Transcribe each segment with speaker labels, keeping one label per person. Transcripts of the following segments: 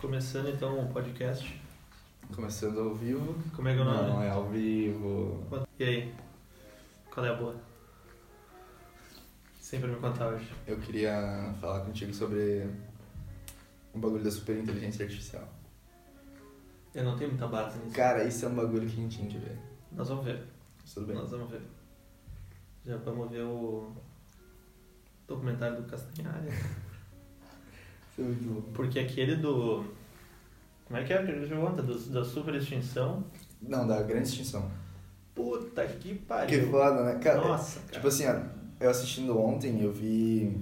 Speaker 1: Começando então o podcast.
Speaker 2: Começando ao vivo.
Speaker 1: Como é que é o nome?
Speaker 2: Não, é ao vivo.
Speaker 1: E aí? Qual é a boa? Sempre me contar hoje.
Speaker 2: Eu queria falar contigo sobre um bagulho da super inteligência artificial.
Speaker 1: Eu não tenho muita base nisso.
Speaker 2: Cara, isso é um bagulho que a gente tinha que ver.
Speaker 1: Nós vamos ver.
Speaker 2: Mas Tudo bem.
Speaker 1: Nós vamos ver. Já vamos ver o documentário do Castanhari.
Speaker 2: Isso é muito louco.
Speaker 1: Porque aquele do. Como é que é aquele de ontem? Do- Da super extinção.
Speaker 2: Não, da grande extinção.
Speaker 1: Puta que
Speaker 2: Que
Speaker 1: pariu.
Speaker 2: foda, né? Cara,
Speaker 1: Nossa, cara.
Speaker 2: Tipo assim, ó, eu assistindo ontem, eu vi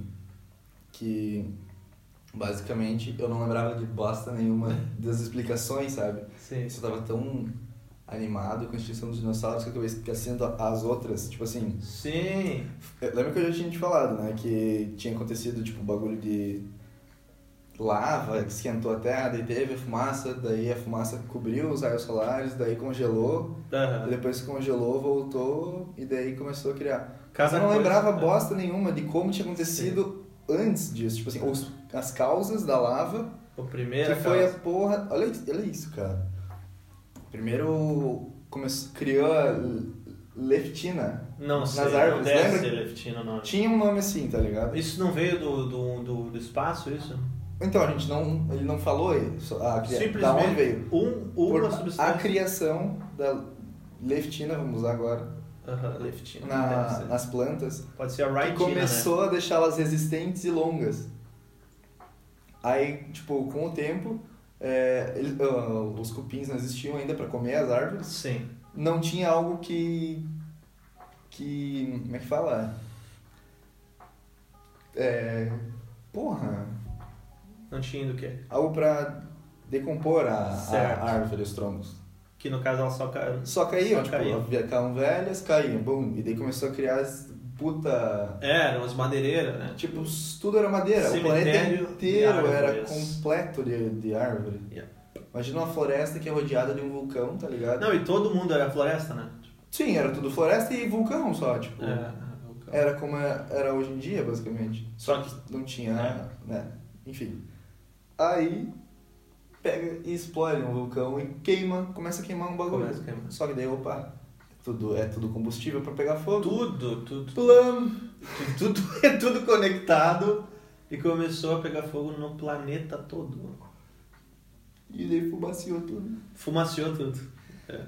Speaker 2: que basicamente eu não lembrava de bosta nenhuma das explicações, sabe?
Speaker 1: Sim.
Speaker 2: Eu só tava tão animado com a extinção dos dinossauros que eu acabei esquecendo as outras. Tipo assim,
Speaker 1: Sim.
Speaker 2: eu lembro que eu já tinha te falado, né? Que tinha acontecido, tipo, bagulho de lava, que esquentou a terra, daí teve a fumaça, daí a fumaça cobriu os raios solares, daí congelou,
Speaker 1: Aham.
Speaker 2: depois que congelou, voltou, e daí começou a criar. Mas
Speaker 1: Cada
Speaker 2: eu não
Speaker 1: coisa- é.
Speaker 2: lembrava bosta nenhuma de como tinha acontecido antes disso, tipo assim, os- as causas da lava,
Speaker 1: O primeiro é
Speaker 2: que foi
Speaker 1: causa.
Speaker 2: a porra... Olha, isso- olha isso, cara. Primeiro começou, criou a leptina.
Speaker 1: Não
Speaker 2: nas
Speaker 1: sei, não
Speaker 2: árvores,
Speaker 1: deve
Speaker 2: lembra?
Speaker 1: ser Leftino o nome.
Speaker 2: Tinha um nome assim, tá ligado?
Speaker 1: Isso não veio do, do, do, do espaço, isso?
Speaker 2: Então, a gente não. Ele não falou isso, a cria- da onde veio.
Speaker 1: um,
Speaker 2: Por- Ah,
Speaker 1: uma
Speaker 2: a
Speaker 1: substância...
Speaker 2: criação da leftina, vamos usar agora,
Speaker 1: Aham, Leftino. deve
Speaker 2: na,
Speaker 1: ser.
Speaker 2: nas plantas,
Speaker 1: Pode ser a
Speaker 2: que
Speaker 1: Rightina, assim. né?
Speaker 2: começou a deixá-las resistentes e longas. Aí, tipo, com o tempo, é, ele- ah, os cupins não existiam ainda para comer as árvores.
Speaker 1: Sim.
Speaker 2: Não tinha algo que. que. como é que fala? É. porra.
Speaker 1: Não tinha do quê?
Speaker 2: algo pra decompor a,
Speaker 1: Certo.
Speaker 2: a árvore, os troncos.
Speaker 1: Que no caso ela só caiu...
Speaker 2: Só caíam,
Speaker 1: Só
Speaker 2: tipo,
Speaker 1: caíam.
Speaker 2: havia- ficavam velhas, caíam, bum, e daí começou a criar as puta...
Speaker 1: É, eram as madeireiras, né?
Speaker 2: Tipo, s- tudo era madeira, o
Speaker 1: Cemitério
Speaker 2: planeta inteiro
Speaker 1: de
Speaker 2: era
Speaker 1: árvores.
Speaker 2: completo de, de árvore.
Speaker 1: Yeah.
Speaker 2: Imagina uma floresta que é rodeada de um vulcão, tá ligado?
Speaker 1: Não, e todo mundo era floresta, né? Tipo,
Speaker 2: Sim, era tudo floresta e vulcão só, tipo...
Speaker 1: É,
Speaker 2: Era como é- era hoje em dia, basicamente. Só que não tinha,
Speaker 1: É.
Speaker 2: né? Enfim. Aí pega e explode um vulcão e queima, começa a queimar um bagulho.
Speaker 1: Começa a queimar.
Speaker 2: Só que daí, opa, tudo, é tudo combustível pra pegar fogo.
Speaker 1: tudo, tudo,
Speaker 2: Plam!
Speaker 1: tudo,
Speaker 2: é
Speaker 1: tudo, tudo conectado e começou a pegar fogo no planeta todo.
Speaker 2: E daí fumaciou tudo.
Speaker 1: Fumaciou tudo. É.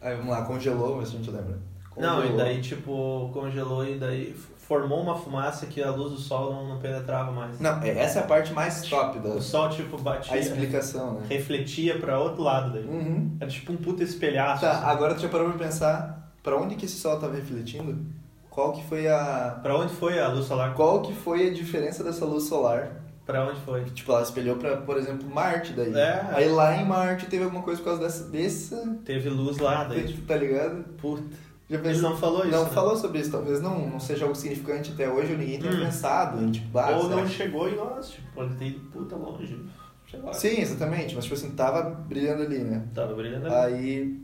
Speaker 2: Aí vamos lá, congelou, mas a gente lembra. Congelou.
Speaker 1: Não, e daí, tipo, congelou e daí f- formou uma fumaça que a luz do sol não, não penetrava mais.
Speaker 2: Não, é- essa é a parte mais top da
Speaker 1: O sol, tipo,
Speaker 2: a
Speaker 1: batia,
Speaker 2: explicação, né?
Speaker 1: refletia pra outro lado daí.
Speaker 2: Uhum.
Speaker 1: Era tipo um puta espelhaço.
Speaker 2: Tá,
Speaker 1: assim.
Speaker 2: agora tu já parou pra pensar pra onde que esse sol tava refletindo? Qual que foi a
Speaker 1: Pra onde foi a luz solar?
Speaker 2: Qual que foi a diferença dessa luz solar?
Speaker 1: Pra onde foi?
Speaker 2: Tipo, ela espelhou pra, por exemplo, Marte daí.
Speaker 1: É.
Speaker 2: Aí lá em Marte teve alguma coisa por causa dessa... dessa
Speaker 1: Teve luz lá daí. Tipo,
Speaker 2: tá ligado?
Speaker 1: puta.
Speaker 2: Já
Speaker 1: Ele não falou isso.
Speaker 2: Não
Speaker 1: né?
Speaker 2: falou sobre isso. Talvez não, não seja algo significante até hoje ou ninguém tenha
Speaker 1: Hum.
Speaker 2: pensado em, tipo, ah,
Speaker 1: Ou
Speaker 2: será
Speaker 1: não
Speaker 2: que-
Speaker 1: chegou em nós, tipo, pode ter ido puta longe. Sei lá.
Speaker 2: Sim, exatamente. Mas, tipo assim, tava brilhando ali, né?
Speaker 1: Tava brilhando ali.
Speaker 2: Aí,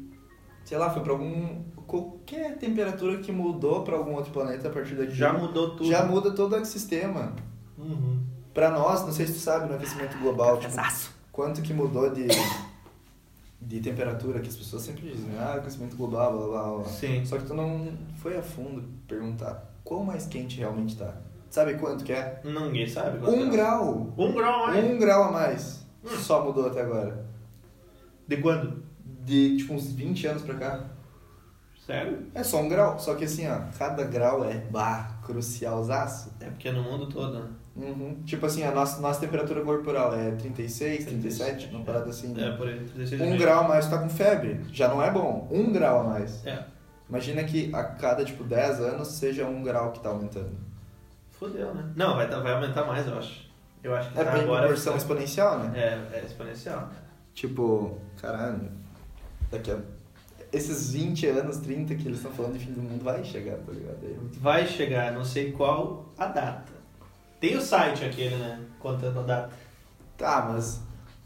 Speaker 2: sei lá, foi pra algum... Qualquer temperatura que mudou pra algum outro planeta a partir daqui...
Speaker 1: Já mudou tudo.
Speaker 2: Já muda todo o sistema.
Speaker 1: Uhum.
Speaker 2: Pra nós, não sei se tu sabe, no aquecimento global, tipo, quanto que mudou de, de temperatura, que as pessoas sempre dizem, ah, aquecimento global, blá, blá, blá.
Speaker 1: Sim.
Speaker 2: Só que tu não foi a fundo perguntar quão mais quente realmente tá. Sabe quanto que é?
Speaker 1: Ninguém sabe. quanto
Speaker 2: Um
Speaker 1: era.
Speaker 2: grau! Hum.
Speaker 1: Um grau a mais.
Speaker 2: Um grau a mais. Só mudou até agora. Um-
Speaker 1: De quando?
Speaker 2: De, tipo, uns 20 anos pra cá.
Speaker 1: Sério?
Speaker 2: É só um grau. Só que assim, ó, cada grau é, bah, crucialzaço.
Speaker 1: É porque é no mundo todo, né?
Speaker 2: Uhum. Tipo assim, a nossa, nossa temperatura corporal é 36, 37, uma parada assim. né?
Speaker 1: É, por aí. 16
Speaker 2: Um
Speaker 1: meses.
Speaker 2: grau a mais tá com febre. Já não é bom. Um grau a mais.
Speaker 1: É.
Speaker 2: Imagina que a cada, tipo, 10 anos seja um grau que tá aumentando.
Speaker 1: Fudeu, né? Não, vai, vai aumentar mais, eu acho. Eu acho que
Speaker 2: É
Speaker 1: tá
Speaker 2: pra
Speaker 1: agora.
Speaker 2: proporção exponencial, né?
Speaker 1: É, é exponencial.
Speaker 2: Tipo, caralho. Daqui a... Esses 20 anos, 30 que eles estão falando de fim do mundo vai chegar, tá ligado? Aí,
Speaker 1: Vai chegar, não sei qual a data. Tem o site aquele, né? Contando a data.
Speaker 2: Tá, mas...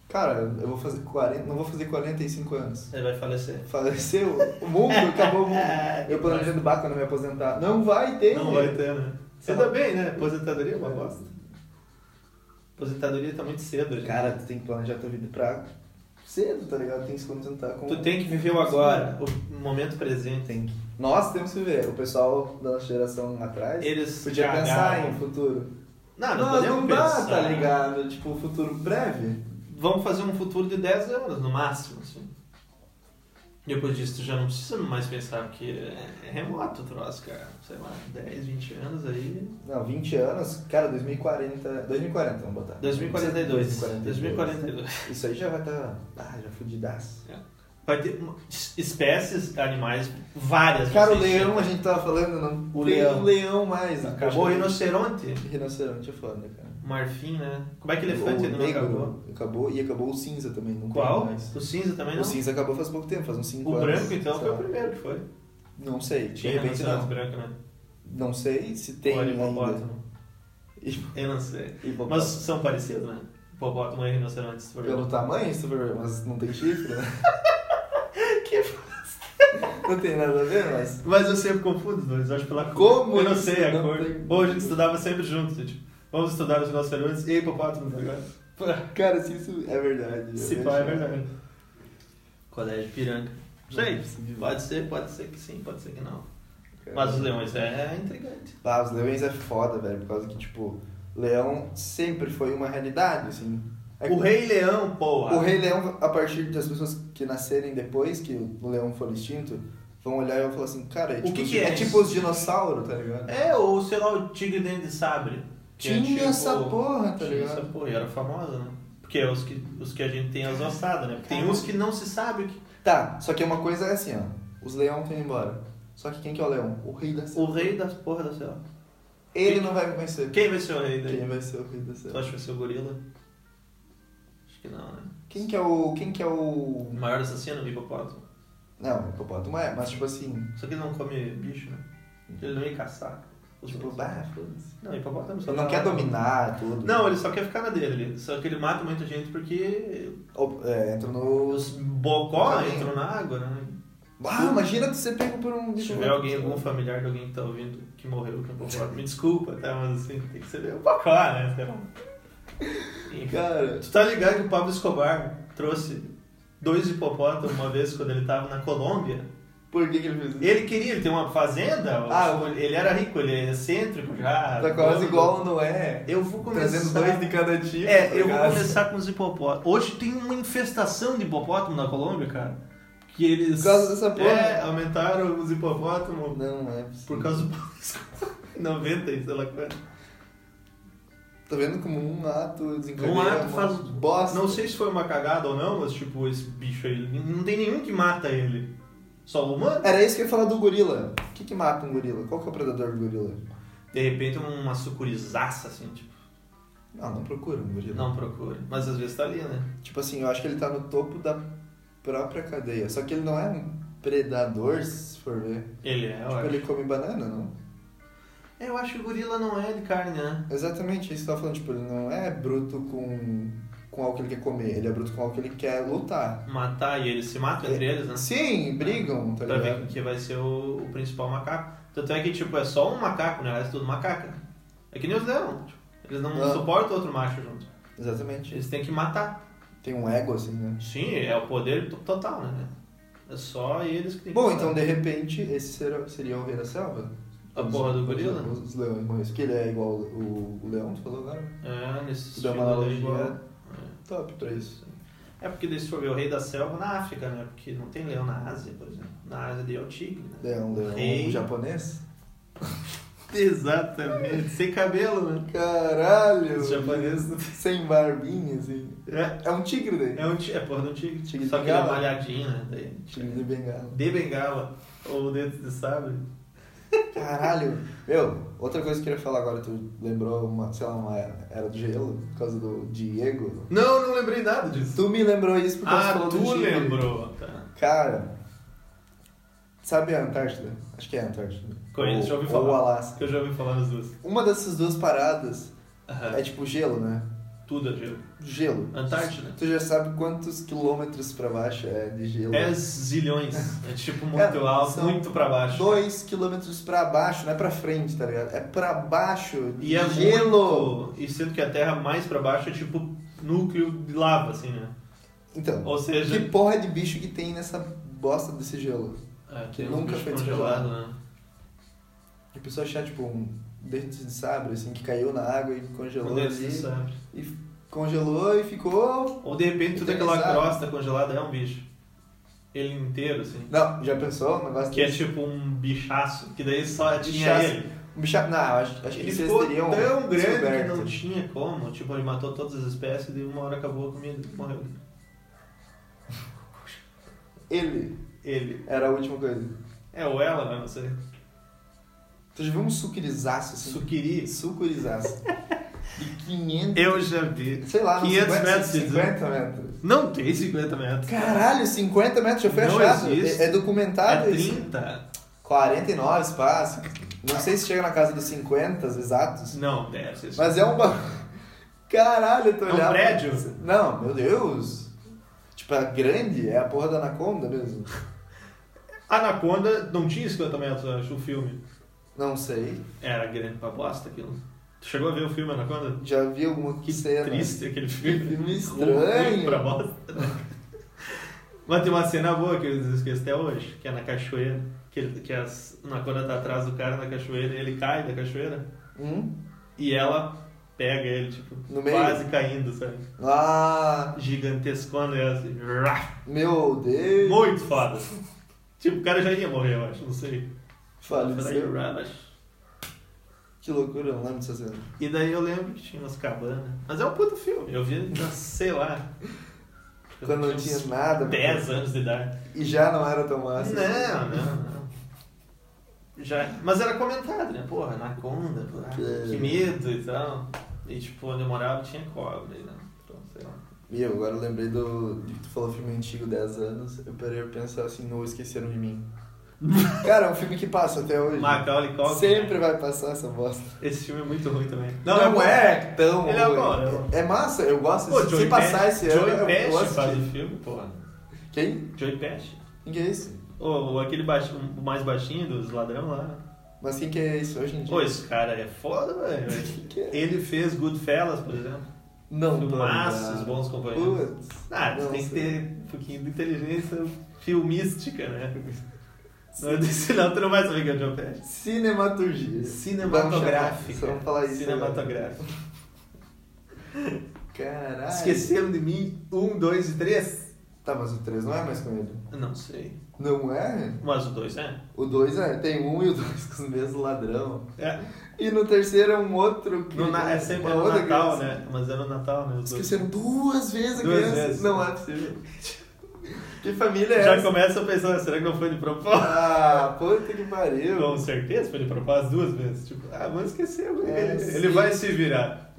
Speaker 2: Cara, eu vou fazer 40... Não vou fazer 45 anos.
Speaker 1: Ele vai falecer.
Speaker 2: Faleceu o mundo, acabou o mundo. É, Eu planejando barco quando eu me aposentar. Não vai ter!
Speaker 1: Não vai ter, né? Você
Speaker 2: Tá.
Speaker 1: também, né? Aposentadoria é uma bosta. Aposentadoria tá muito cedo, gente.
Speaker 2: Cara, tu tem que planejar tua vida pra cedo, tá ligado? Tem que se contentar com.
Speaker 1: Tu tem que viver o agora, o momento presente.
Speaker 2: Tem que- Nós temos que viver. O pessoal da nossa geração atrás
Speaker 1: Eles
Speaker 2: podia
Speaker 1: cagaram.
Speaker 2: pensar em um futuro.
Speaker 1: Ah, Não, não
Speaker 2: Nós
Speaker 1: podemos
Speaker 2: não dá,
Speaker 1: pensar.
Speaker 2: tá ligado? Tipo, o futuro breve.
Speaker 1: Vamos fazer um futuro de 10 anos, no máximo, assim. Depois disso, tu já não precisa mais pensar, porque é é remoto o troço, cara. Sei lá, 10, 20 anos aí.
Speaker 2: Não, 20 anos, cara, 2040. 2040, vamos botar.
Speaker 1: 2042.
Speaker 2: 2042.
Speaker 1: 2042.
Speaker 2: Isso aí já vai estar. Ah, já fudidaço.
Speaker 1: Vai ter uma- es- espécies, animais, várias.
Speaker 2: Cara, o
Speaker 1: vocês
Speaker 2: leão,
Speaker 1: chamam.
Speaker 2: a gente tava falando, não.
Speaker 1: O
Speaker 2: tem
Speaker 1: leão.
Speaker 2: um leão mais.
Speaker 1: Acabou o rinoceronte.
Speaker 2: Rinoceronte é foda, cara.
Speaker 1: Marfim, né? Como é que elefante
Speaker 2: o
Speaker 1: não
Speaker 2: negro
Speaker 1: acabou?
Speaker 2: acabou. E acabou o cinza também, não tem
Speaker 1: Qual?
Speaker 2: mais.
Speaker 1: O cinza também não?
Speaker 2: O cinza acabou faz pouco tempo, faz uns 5
Speaker 1: O
Speaker 2: anos.
Speaker 1: branco, então, foi o
Speaker 2: sabe?
Speaker 1: primeiro que foi.
Speaker 2: Não sei, de
Speaker 1: Tinha
Speaker 2: repente
Speaker 1: rinoceronte
Speaker 2: não.
Speaker 1: branco, né?
Speaker 2: Não sei se tem um
Speaker 1: Olha,
Speaker 2: ainda.
Speaker 1: hipopótamo. Eu não sei.
Speaker 2: Hipopótamo.
Speaker 1: Mas são parecidos, né? Hipopótamo e rinoceronte. se for ver.
Speaker 2: Pelo tamanho, se tu for ver, mas não tem chifre, né? Não tem nada a ver, mas...
Speaker 1: Mas eu sempre confundo os dois, eu acho pela cor.
Speaker 2: Como
Speaker 1: Eu não
Speaker 2: isso
Speaker 1: sei a
Speaker 2: não
Speaker 1: cor.
Speaker 2: tem-
Speaker 1: Ou a gente estudava sempre juntos, tipo, vamos estudar os rinocerontes e hipopótamo, tá ligado?
Speaker 2: Cara, se isso é verdade...
Speaker 1: Se
Speaker 2: eu
Speaker 1: pá, é
Speaker 2: acho-
Speaker 1: verdade. Colégio Piranga. Sei,
Speaker 2: Sim.
Speaker 1: pode ser, pode ser que sim, pode ser que não.
Speaker 2: Cara.
Speaker 1: Mas os leões é intrigante.
Speaker 2: Ah, os leões é foda, velho, por causa que, tipo... Leão sempre foi uma realidade, assim... É que-
Speaker 1: O Rei Leão, porra.
Speaker 2: O Rei Leão, a partir das pessoas que nascerem depois que o leão for extinto, vão olhar e vão falar assim, cara, é
Speaker 1: O
Speaker 2: tipo,
Speaker 1: que
Speaker 2: os-
Speaker 1: que é
Speaker 2: tipo
Speaker 1: isso?
Speaker 2: os dinossauros, tá ligado?
Speaker 1: É, ou sei lá, o Tigre Dente de Sabre. que é
Speaker 2: Tinha
Speaker 1: tipo-
Speaker 2: essa porra, tá
Speaker 1: Tinha essa
Speaker 2: ligado?
Speaker 1: porra, e era famosa, né? Porque é os que, os que a gente tem as ossadas, né? Porque tem
Speaker 2: Cara.
Speaker 1: uns que não se sabe o que.
Speaker 2: Tá, só que uma coisa é assim, ó. Os leões estão indo embora. Só que quem que é o leão? O rei da selva.
Speaker 1: O rei das porras da selva.
Speaker 2: Ele não vai me conhecer.
Speaker 1: Quem vai ser o rei daí?
Speaker 2: Quem vai ser o rei da
Speaker 1: Tu
Speaker 2: selva?
Speaker 1: acha que vai ser o gorila? Acho que não, né?
Speaker 2: Quem que é o... Quem que é
Speaker 1: O
Speaker 2: o...
Speaker 1: maior assassino, é o hipopótamo.
Speaker 2: Não, o hipopótamo é, mas tipo assim...
Speaker 1: Só que ele não come bicho, né? Ele não ia caçar. Os
Speaker 2: Tipo,
Speaker 1: outros.
Speaker 2: bah, foda-se.
Speaker 1: Não, hipopótamo só
Speaker 2: Ele não
Speaker 1: tá
Speaker 2: quer
Speaker 1: lá.
Speaker 2: dominar tudo.
Speaker 1: Não, ele só quer ficar na dele. Só que ele mata muita gente porque
Speaker 2: Ou- É, entra no...
Speaker 1: os bocó
Speaker 2: Caminho.
Speaker 1: entram na água, né?
Speaker 2: Ah, imagina tu ser pego por um
Speaker 1: Se
Speaker 2: bicho.
Speaker 1: tiver alguém, algum familiar de alguém que tá ouvindo que morreu com hipopótamo, me desculpa, tá? Mas assim, tem que ser o bocó, né? Sei lá. Enfim.
Speaker 2: Cara,
Speaker 1: Tu tá ligado que o Pablo Escobar trouxe dois hipopótamos uma vez quando ele tava na Colômbia?
Speaker 2: por que, que ele fez isso?
Speaker 1: Ele queria, ele tem uma fazenda,
Speaker 2: Ah,
Speaker 1: tipo, ele era rico, ele é excêntrico já.
Speaker 2: Tá quase
Speaker 1: todo.
Speaker 2: igual não é.
Speaker 1: Eu vou começar.
Speaker 2: Trazendo dois de cada tipo.
Speaker 1: É,
Speaker 2: tá
Speaker 1: eu vou
Speaker 2: ligado?
Speaker 1: começar com os hipopótamos. Hoje tem uma infestação de hipopótamo na Colômbia, cara. Que eles.
Speaker 2: Por causa dessa porra.
Speaker 1: É, aumentaram os hipopótamos
Speaker 2: Não, é.
Speaker 1: por causa do Pablo Escobar. 90, e sei lá quanto.
Speaker 2: Tá vendo como um ato desencadeia
Speaker 1: Um ato
Speaker 2: uma
Speaker 1: faz-
Speaker 2: bosta.
Speaker 1: Não sei se foi uma cagada ou não, mas tipo, esse bicho aí, não tem nenhum que mata ele. Só o humano?
Speaker 2: Era isso que eu ia falar do gorila. O que, que mata um gorila? Qual que é o predador do gorila?
Speaker 1: De repente uma sucurizaça, assim, tipo,
Speaker 2: Não, não procura um gorila.
Speaker 1: não procura. Mas às vezes tá ali, né?
Speaker 2: Tipo assim, eu acho que ele tá no topo da própria cadeia. Só que ele não é um predador, se for ver.
Speaker 1: Ele é,
Speaker 2: Tipo,
Speaker 1: olha.
Speaker 2: ele come banana, não?
Speaker 1: É, Eu acho que o gorila não é de carne, né?
Speaker 2: Exatamente isso que eu tava falando. Tipo, ele não é bruto com, com algo que ele quer comer. Ele é bruto com algo que ele quer lutar.
Speaker 1: Matar e eles se matam entre eles, né?
Speaker 2: Sim, brigam, É, tá
Speaker 1: pra ver
Speaker 2: ligado?
Speaker 1: quem que vai ser o, o principal macaco. Tanto é que, tipo, é só um macaco, né? O resto é tudo macaca. É que nem os leão. tipo, eles não,
Speaker 2: Não.
Speaker 1: suportam outro macho junto.
Speaker 2: Exatamente.
Speaker 1: Eles têm que matar.
Speaker 2: Tem um ego assim, né?
Speaker 1: Sim, é o poder to- total, né? É só eles que têm
Speaker 2: Bom,
Speaker 1: que
Speaker 2: então
Speaker 1: matar.
Speaker 2: de repente esse seria, seria o rei da selva?
Speaker 1: A porra do gorila?
Speaker 2: Os, os leões morreram. Que ele é igual o, o leão, tu falou agora?
Speaker 1: É, nesse
Speaker 2: Tu deu uma
Speaker 1: estilo daí, igual.
Speaker 2: analogia top pra isso.
Speaker 1: É porque daí se for ver o rei da selva na África, né? Porque não tem leão na Ásia, por exemplo. Na Ásia daí é o tigre, né?
Speaker 2: É um leão
Speaker 1: Rei.
Speaker 2: japonês?
Speaker 1: Exatamente. Sem cabelo, né?
Speaker 2: Caralho!
Speaker 1: Os japoneses não
Speaker 2: Sem barbinha, assim.
Speaker 1: É,
Speaker 2: É um tigre daí.
Speaker 1: né? é, um, ti- é porra de um tigre.
Speaker 2: Tigre
Speaker 1: Só
Speaker 2: de
Speaker 1: que ele é
Speaker 2: bengala.
Speaker 1: malhadinho, né? Daí,
Speaker 2: Tigre de bengala.
Speaker 1: de bengala ou dentro de sabre.
Speaker 2: Caralho! Meu, outra coisa que eu queria falar agora, tu lembrou, uma, sei lá, uma era do gelo, por causa do Diego.
Speaker 1: Não, não lembrei nada disso.
Speaker 2: Tu me lembrou isso porque você
Speaker 1: Ah,
Speaker 2: falou
Speaker 1: tu
Speaker 2: do tigre.
Speaker 1: lembrou. Tá.
Speaker 2: Cara, sabe a Antártida? Acho que é a Antártida.
Speaker 1: Conheço,
Speaker 2: Ou-
Speaker 1: já ouvi
Speaker 2: Ou o
Speaker 1: falar.
Speaker 2: Alasca.
Speaker 1: Eu já ouvi falar das duas.
Speaker 2: Uma dessas duas paradas
Speaker 1: Aham.
Speaker 2: é tipo gelo, né?
Speaker 1: Tudo é gelo.
Speaker 2: Gelo.
Speaker 1: Antártida.
Speaker 2: Tu já sabe quantos quilômetros pra baixo é de gelo.
Speaker 1: 10 zilhões. É tipo muito
Speaker 2: Cara,
Speaker 1: alto,
Speaker 2: são
Speaker 1: muito pra baixo.
Speaker 2: Dois quilômetros pra baixo, não é pra frente, tá ligado? É pra baixo de
Speaker 1: E é
Speaker 2: gelo.
Speaker 1: muito. E sendo que a Terra mais pra baixo é tipo núcleo de lava, assim, né?
Speaker 2: Então,
Speaker 1: Ou seja,
Speaker 2: que porra de bicho que tem nessa bosta desse gelo?
Speaker 1: é, tem
Speaker 2: nunca
Speaker 1: uns bichos
Speaker 2: foi
Speaker 1: congelados, né?
Speaker 2: A pessoa achar, tipo, um dente de sabre, assim, que caiu na água e congelou
Speaker 1: Quando eles
Speaker 2: ali.
Speaker 1: sabem.
Speaker 2: E congelou e ficou...
Speaker 1: Ou de repente toda
Speaker 2: Então,
Speaker 1: aquela
Speaker 2: sabe?
Speaker 1: crosta congelada é um bicho. Ele inteiro, assim.
Speaker 2: Não, já pensou? Um negócio
Speaker 1: Que é
Speaker 2: desse?
Speaker 1: tipo um bichaço, que daí só tinha
Speaker 2: Bichaço.
Speaker 1: ele.
Speaker 2: Um bicho... Não, acho, acho que
Speaker 1: Ele
Speaker 2: vocês
Speaker 1: ficou
Speaker 2: teriam
Speaker 1: tão grande que
Speaker 2: descoberto.
Speaker 1: não tinha como. Tipo, ele matou todas as espécies e uma hora acabou a comida e morreu.
Speaker 2: Ele
Speaker 1: Ele.
Speaker 2: era a última coisa. Então,
Speaker 1: É, ou ela, né? Não sei.
Speaker 2: Tu já viu um sucurizaço, assim?
Speaker 1: Suquiri.
Speaker 2: Sucurizaço. De 500...
Speaker 1: Eu já vi.
Speaker 2: Sei lá, uns
Speaker 1: 500
Speaker 2: 50,
Speaker 1: metros,
Speaker 2: 50 metros.
Speaker 1: Não tem 50 metros.
Speaker 2: Caralho, 50 metros já foi
Speaker 1: Não
Speaker 2: achado.
Speaker 1: existe.
Speaker 2: É, é documentado
Speaker 1: É
Speaker 2: isso.
Speaker 1: 30?
Speaker 2: 49 espaço. Não sei se chega na casa dos 50 exatos.
Speaker 1: Não, deve ser.
Speaker 2: Mas é um ba- Caralho, tu
Speaker 1: É um
Speaker 2: olhava-
Speaker 1: prédio?
Speaker 2: Não, meu Deus. Tipo, é grande, é a porra da Anaconda mesmo.
Speaker 1: Anaconda não tinha 50 metros, eu acho, o filme.
Speaker 2: Não sei.
Speaker 1: Era grande pra bosta aquilo. Tu chegou a ver o filme Anaconda?
Speaker 2: Já vi alguma
Speaker 1: Que
Speaker 2: cena.
Speaker 1: triste aquele
Speaker 2: Que
Speaker 1: filme.
Speaker 2: É, filme
Speaker 1: Ruim
Speaker 2: estranho.
Speaker 1: pra bosta. Mas tem uma cena boa que eu esqueço até hoje, que é na cachoeira. Que, ele- que as, a Anaconda tá atrás do cara na cachoeira e ele cai da cachoeira.
Speaker 2: Hum?
Speaker 1: E ela pega ele, tipo,
Speaker 2: No meio?
Speaker 1: quase caindo, sabe?
Speaker 2: Ah,
Speaker 1: Gigantescona e ela assim. rá!
Speaker 2: meu Deus.
Speaker 1: Muito foda. Tipo, o cara já ia morrer, eu acho, não sei.
Speaker 2: Faleceu.
Speaker 1: Rabbit.
Speaker 2: Que loucura, eu não lembro dessa cena.
Speaker 1: E daí eu lembro que tinha umas cabanas. Mas é um puto filme. Eu vi, na- sei lá. eu
Speaker 2: Quando não tinha nada.
Speaker 1: uns 10 anos de idade.
Speaker 2: E já não era tão massa.
Speaker 1: não, não, não. Já, mas era comentado, né? Porra, anaconda, porra,
Speaker 2: Que-
Speaker 1: que medo e tal. E tipo, onde eu morava tinha cobra, né? Então, sei lá.
Speaker 2: Meu, agora eu lembrei do. de que tu falou filme antigo, 10 anos. Eu parei pra pensar assim, não esqueceram de mim. Cara, é um filme que passa até hoje.
Speaker 1: Macaulay Culkin. né?
Speaker 2: Sempre vai passar essa bosta.
Speaker 1: Esse filme é muito ruim também.
Speaker 2: tão.
Speaker 1: Ele é
Speaker 2: ruim.
Speaker 1: bom, ele é bom.
Speaker 2: É massa, eu gosto.
Speaker 1: Pô,
Speaker 2: se
Speaker 1: Joey
Speaker 2: se passar
Speaker 1: Pesci-
Speaker 2: esse ano,
Speaker 1: Joey
Speaker 2: eu
Speaker 1: Pesci
Speaker 2: vou assistir.
Speaker 1: faz o filme, porra.
Speaker 2: Quem?
Speaker 1: Joey Pesci.
Speaker 2: Quem que é esse?
Speaker 1: Ô, aquele baixinho, o mais baixinho dos ladrão lá. né?
Speaker 2: Mas quem que é esse hoje em dia?
Speaker 1: Pô, esse cara é foda, velho.
Speaker 2: Quem que é?
Speaker 1: Ele fez Goodfellas, por exemplo.
Speaker 2: Não, tô
Speaker 1: Filmaços,
Speaker 2: ligado.
Speaker 1: bons companheiros.
Speaker 2: Putz.
Speaker 1: Ah, tu
Speaker 2: não
Speaker 1: tem que
Speaker 2: sei.
Speaker 1: ter um pouquinho de inteligência filmística, né? Não, senão tu não vai saber que é o Joe Pesci.
Speaker 2: Cinematurgia. Vamos
Speaker 1: Cinematográfica.
Speaker 2: chamar- vamos falar isso. né?
Speaker 1: Cinematográfica.
Speaker 2: agora. Caralho.
Speaker 1: Esqueceram de mim? Um, dois e três?
Speaker 2: Tá, mas o 3 não é mais com ele.
Speaker 1: Não sei.
Speaker 2: Não é?
Speaker 1: Mas o dois é?
Speaker 2: O 2 é, tem um e o 2 com os mesmos ladrão.
Speaker 1: É.
Speaker 2: E no terceiro é um outro que.
Speaker 1: No, na, é sempre
Speaker 2: uma
Speaker 1: no
Speaker 2: outra
Speaker 1: Natal,
Speaker 2: criança.
Speaker 1: né? Mas é no Natal, né? Os dois.
Speaker 2: Esqueceram duas vezes a
Speaker 1: Duas
Speaker 2: criança.
Speaker 1: vezes.
Speaker 2: Não é possível. que família é
Speaker 1: Já
Speaker 2: essa?
Speaker 1: começa a pensar, será que não foi de propósito?
Speaker 2: Ah, puta que pariu.
Speaker 1: Com certeza foi de propósito duas vezes. Tipo, ah, vamos esquecer.
Speaker 2: É,
Speaker 1: ele,
Speaker 2: sim.
Speaker 1: ele vai se virar.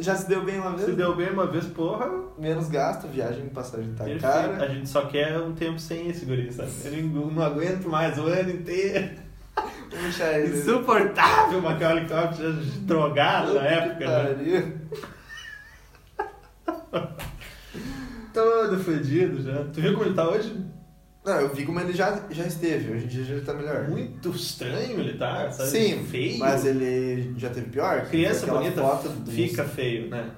Speaker 2: Já se deu bem uma vez?
Speaker 1: Se deu bem uma vez, porra.
Speaker 2: Menos gasto, viagem, passagem tá
Speaker 1: ele-
Speaker 2: cara.
Speaker 1: A gente só quer um tempo sem esse guri, sabe? Ele não aguento mais o ano inteiro.
Speaker 2: Vamos deixar ele.
Speaker 1: Insuportável, Macaulay Culkin já drogado na
Speaker 2: Puta que
Speaker 1: época, né?
Speaker 2: pariu.
Speaker 1: Todo fodido já. Tu viu como ele tá hoje?
Speaker 2: Não, eu vi como ele já, já esteve. Hoje em dia já tá melhor.
Speaker 1: Muito estranho ele tá, sabe?
Speaker 2: Sim,
Speaker 1: Feio.
Speaker 2: mas ele já teve pior.
Speaker 1: Criança
Speaker 2: Aquela
Speaker 1: bonita
Speaker 2: foto do-
Speaker 1: fica feio, né?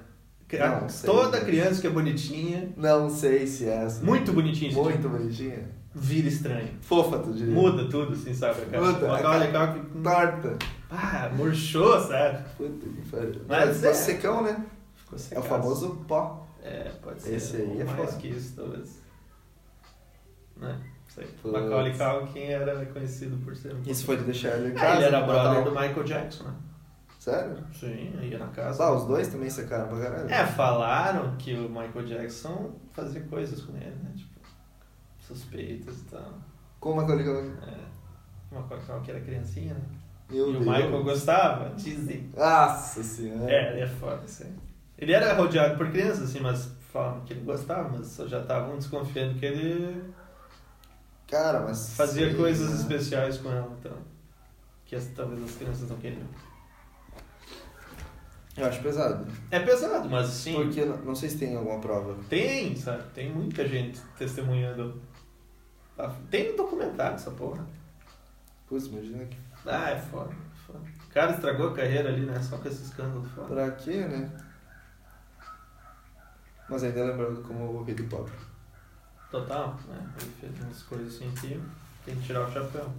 Speaker 2: Não, sei.
Speaker 1: Toda criança que é bonitinha,
Speaker 2: Não sei se é essa.
Speaker 1: muito bonitinha,
Speaker 2: Muito
Speaker 1: tipo,
Speaker 2: bonitinha.
Speaker 1: vira estranho.
Speaker 2: Fofa, tu diria.
Speaker 1: Muda tudo, assim, sabe? Cara?
Speaker 2: Muda, Tá.
Speaker 1: O
Speaker 2: a
Speaker 1: Macaulay
Speaker 2: cara-
Speaker 1: Culkin,
Speaker 2: Torta.
Speaker 1: ah, murchou, sabe?
Speaker 2: Puta que pariu.
Speaker 1: Mas
Speaker 2: Mas ficou
Speaker 1: é.
Speaker 2: secão, né?
Speaker 1: Ficou
Speaker 2: É o
Speaker 1: secado.
Speaker 2: famoso pó.
Speaker 1: É, pode ser.
Speaker 2: Esse aí
Speaker 1: ou
Speaker 2: é
Speaker 1: mais
Speaker 2: foda.
Speaker 1: que isso, talvez. Né? Não sei.
Speaker 2: Putz.
Speaker 1: Macaulay Culkin era conhecido por ser um...
Speaker 2: Isso foi de deixar ele em
Speaker 1: Ah,
Speaker 2: casa.
Speaker 1: ele era
Speaker 2: no
Speaker 1: brother
Speaker 2: Natal.
Speaker 1: do Michael Jackson, né?
Speaker 2: Sério?
Speaker 1: Sim, ia na casa.
Speaker 2: Ah, os dois também secaram pra caralho.
Speaker 1: É, falaram que o Michael Jackson fazia coisas com ele, né? Tipo, suspeitas e tal.
Speaker 2: Como a Colica...
Speaker 1: É. Uma coisa que era criancinha, né?
Speaker 2: Meu
Speaker 1: e o
Speaker 2: Deus.
Speaker 1: Michael gostava, dizem.
Speaker 2: Nossa senhora.
Speaker 1: É, é foda isso aí. Ele era rodeado por crianças, assim, mas falavam que ele gostava, mas já estavam desconfiando que ele
Speaker 2: Cara, mas...
Speaker 1: fazia
Speaker 2: sei,
Speaker 1: coisas
Speaker 2: né?
Speaker 1: especiais com ela, então. Que as- talvez as crianças não queriam.
Speaker 2: Eu acho pesado.
Speaker 1: É pesado, mas sim.
Speaker 2: Porque não não sei se tem alguma prova.
Speaker 1: Tem, sabe? Tem muita gente testemunhando. Tá? Tem um documentário essa porra.
Speaker 2: Putz, imagina que.
Speaker 1: Ah, é foda. é foda. O cara estragou a carreira ali, né? Só com esse escândalo foda.
Speaker 2: Pra quê, né? Mas ainda lembrando como o rei do pop.
Speaker 1: Total, né? Ele fez umas coisas assim que tem que tirar o chapéu.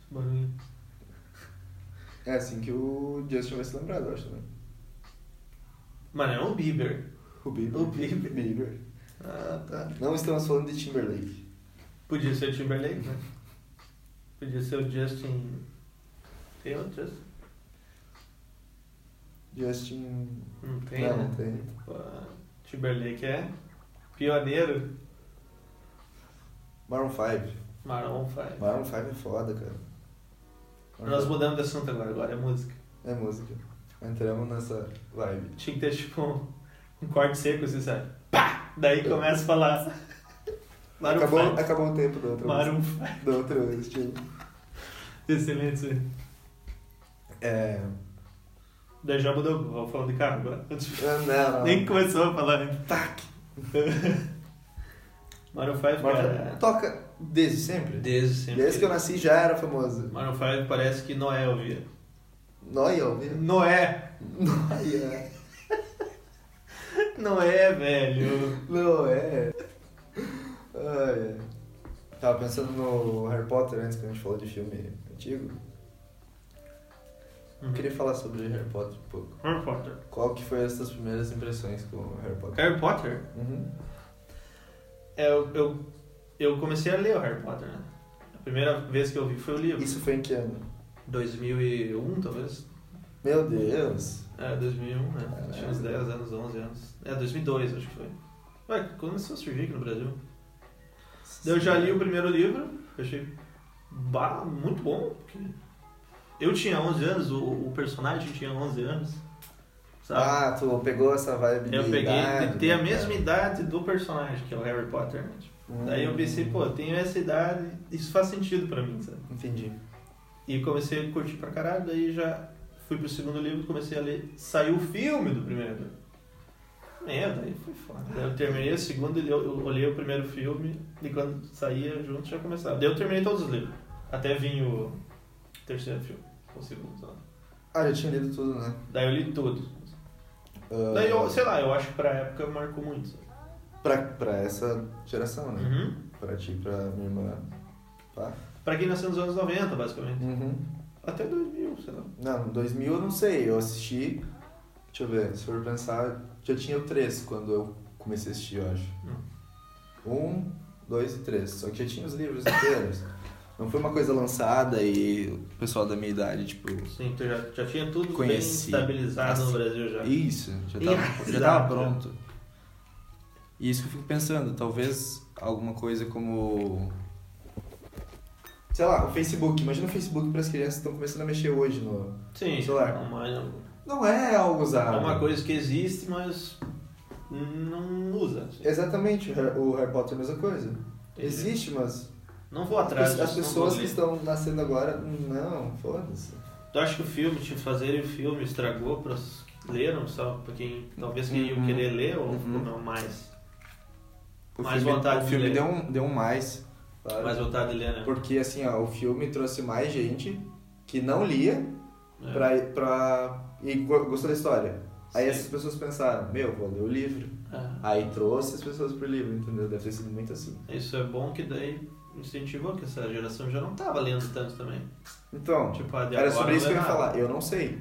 Speaker 1: Esse barulhinho.
Speaker 2: É assim que o Justin vai se lembrar, eu acho, né?
Speaker 1: Mano, é um Bieber.
Speaker 2: O Bieber.
Speaker 1: O Bieber.
Speaker 2: Bieber.
Speaker 1: Ah, tá.
Speaker 2: Não estamos falando de Timberlake.
Speaker 1: Podia ser o Timberlake, né? Podia ser o Justin. Tem outro Justin?
Speaker 2: Justin.
Speaker 1: Não tem,
Speaker 2: não,
Speaker 1: né?
Speaker 2: não tem.
Speaker 1: Pô, Timberlake é pioneiro.
Speaker 2: Maroon 5.
Speaker 1: Maroon 5.
Speaker 2: Maroon 5 é foda, cara. Maroon
Speaker 1: Nós
Speaker 2: 5
Speaker 1: mudamos de assunto agora, agora é música.
Speaker 2: É música. Entramos nessa vibe.
Speaker 1: Tinha que ter tipo um, um corte seco, assim, sabe? Pá! Daí começa a falar. Maroon
Speaker 2: acabou,
Speaker 1: 5.
Speaker 2: acabou o tempo da outra
Speaker 1: Maroon
Speaker 2: música. Do outro estilo.
Speaker 1: five. Excelente. isso aí.
Speaker 2: É.
Speaker 1: Daí já mudou, vou falando de carro agora.
Speaker 2: Não, não. Tá.
Speaker 1: Nem começou a falar ainda.
Speaker 2: Tac.
Speaker 1: Maroon 5, cara.
Speaker 2: Toca desde sempre?
Speaker 1: Desde sempre.
Speaker 2: Desde que eu nasci já era famoso.
Speaker 1: Maroon 5 parece que Noé ouvia.
Speaker 2: Noia, ouviu?
Speaker 1: Noé!
Speaker 2: Noia.
Speaker 1: Noé, velho!
Speaker 2: Não é. Ai, ai. Tava pensando no Harry Potter antes que a gente falou de filme antigo. Eu queria falar sobre Harry Potter um pouco.
Speaker 1: Uhum. Harry Potter.
Speaker 2: Qual que foi as suas primeiras impressões com o Harry Potter?
Speaker 1: Harry Potter?
Speaker 2: Uhum.
Speaker 1: É, eu, eu, eu comecei a ler o Harry Potter, né? A primeira vez que eu vi foi o livro.
Speaker 2: Isso foi em que ano?
Speaker 1: 2001, talvez?
Speaker 2: Meu Deus!
Speaker 1: É, 2001, né?
Speaker 2: Caralho.
Speaker 1: Tinha uns 10 anos, 11 anos. É, 2002, acho que foi. Ué, começou a surgir aqui no Brasil. Daí Eu já li o primeiro livro, eu achei bah, muito bom. porque Eu tinha 11 anos, o, o personagem tinha 11 anos, sabe?
Speaker 2: Ah, tu pegou essa vibe
Speaker 1: eu
Speaker 2: de
Speaker 1: peguei
Speaker 2: idade,
Speaker 1: de ter a
Speaker 2: né,
Speaker 1: mesma
Speaker 2: cara?
Speaker 1: idade do personagem, que é o Harry Potter. né? Tipo, Daí
Speaker 2: Hum.
Speaker 1: eu pensei, pô, eu tenho essa idade, isso faz sentido pra mim, sabe?
Speaker 2: Entendi.
Speaker 1: E comecei a curtir pra caralho, daí já fui pro segundo livro, comecei a ler. Saiu o filme do primeiro livro. É, daí foi foda. Daí eu terminei o segundo, eu, eu olhei o primeiro filme, e quando saía junto já começava. Daí eu terminei todos os livros. Até vim o terceiro filme, ou segundo, sei lá.
Speaker 2: Ah, já tinha lido tudo, né?
Speaker 1: Daí eu li tudo.
Speaker 2: Ah,
Speaker 1: Daí eu, sei lá, eu acho que pra época marcou muito. sabe?
Speaker 2: Pra, pra essa geração, né?
Speaker 1: Uhum.
Speaker 2: Pra ti, pra minha irmã. tá? Pá.
Speaker 1: Pra quem nasceu nos anos 90, basicamente.
Speaker 2: Uhum.
Speaker 1: Até 2000, sei lá.
Speaker 2: Não, 2000 eu não sei, eu assisti. Deixa eu ver, se for pensar, já tinha o 3 quando eu comecei a assistir, eu acho. Um, dois e três. Só que já tinha os livros inteiros. Não foi uma coisa lançada e o pessoal da minha idade, tipo.
Speaker 1: Sim, tu já, já tinha tudo
Speaker 2: Conheci.
Speaker 1: bem estabilizado
Speaker 2: Assim,
Speaker 1: no Brasil já.
Speaker 2: Isso, já tava, já
Speaker 1: Exato.
Speaker 2: tava pronto. E isso que eu fico pensando, talvez alguma coisa como. Sei lá, o Facebook. Imagina o Facebook para as crianças que estão começando a mexer hoje no.
Speaker 1: Sim,
Speaker 2: Celular.
Speaker 1: Uma, é
Speaker 2: Não é algo usado.
Speaker 1: uma coisa que existe, mas não usa. assim.
Speaker 2: Exatamente, o Har- o Harry Potter é a mesma coisa.
Speaker 1: Entendi. um
Speaker 2: Existe, mas
Speaker 1: Não vou atrás
Speaker 2: as, as
Speaker 1: disso, não vou
Speaker 2: pessoas que
Speaker 1: ler.
Speaker 2: estão nascendo agora, não, foda-se.
Speaker 1: Tu acha que o filme, te fazerem o filme, estragou para os que leram, só para quem talvez que iam
Speaker 2: Uhum.
Speaker 1: querer ler ou
Speaker 2: Uhum.
Speaker 1: não mais,
Speaker 2: O
Speaker 1: Mais
Speaker 2: filme,
Speaker 1: vontade
Speaker 2: o
Speaker 1: de
Speaker 2: filme
Speaker 1: ler.
Speaker 2: deu um, deu um mais. claro.
Speaker 1: mais vontade de ler, né?
Speaker 2: Porque assim, ó, o filme trouxe mais gente que não lia
Speaker 1: É.
Speaker 2: pra, pra, e go- gostou da história. Aí é
Speaker 1: Sim.
Speaker 2: essas pessoas pensaram, meu, vou ler o livro.
Speaker 1: É.
Speaker 2: Aí trouxe as pessoas pro livro, entendeu? Deve ter sido muito assim.
Speaker 1: Isso é bom que daí incentivou que essa geração já não tava lendo tanto também.
Speaker 2: Então,
Speaker 1: Tipo, a de
Speaker 2: era
Speaker 1: agora
Speaker 2: sobre isso que
Speaker 1: não
Speaker 2: eu ia
Speaker 1: lê nada.
Speaker 2: falar. Eu não sei.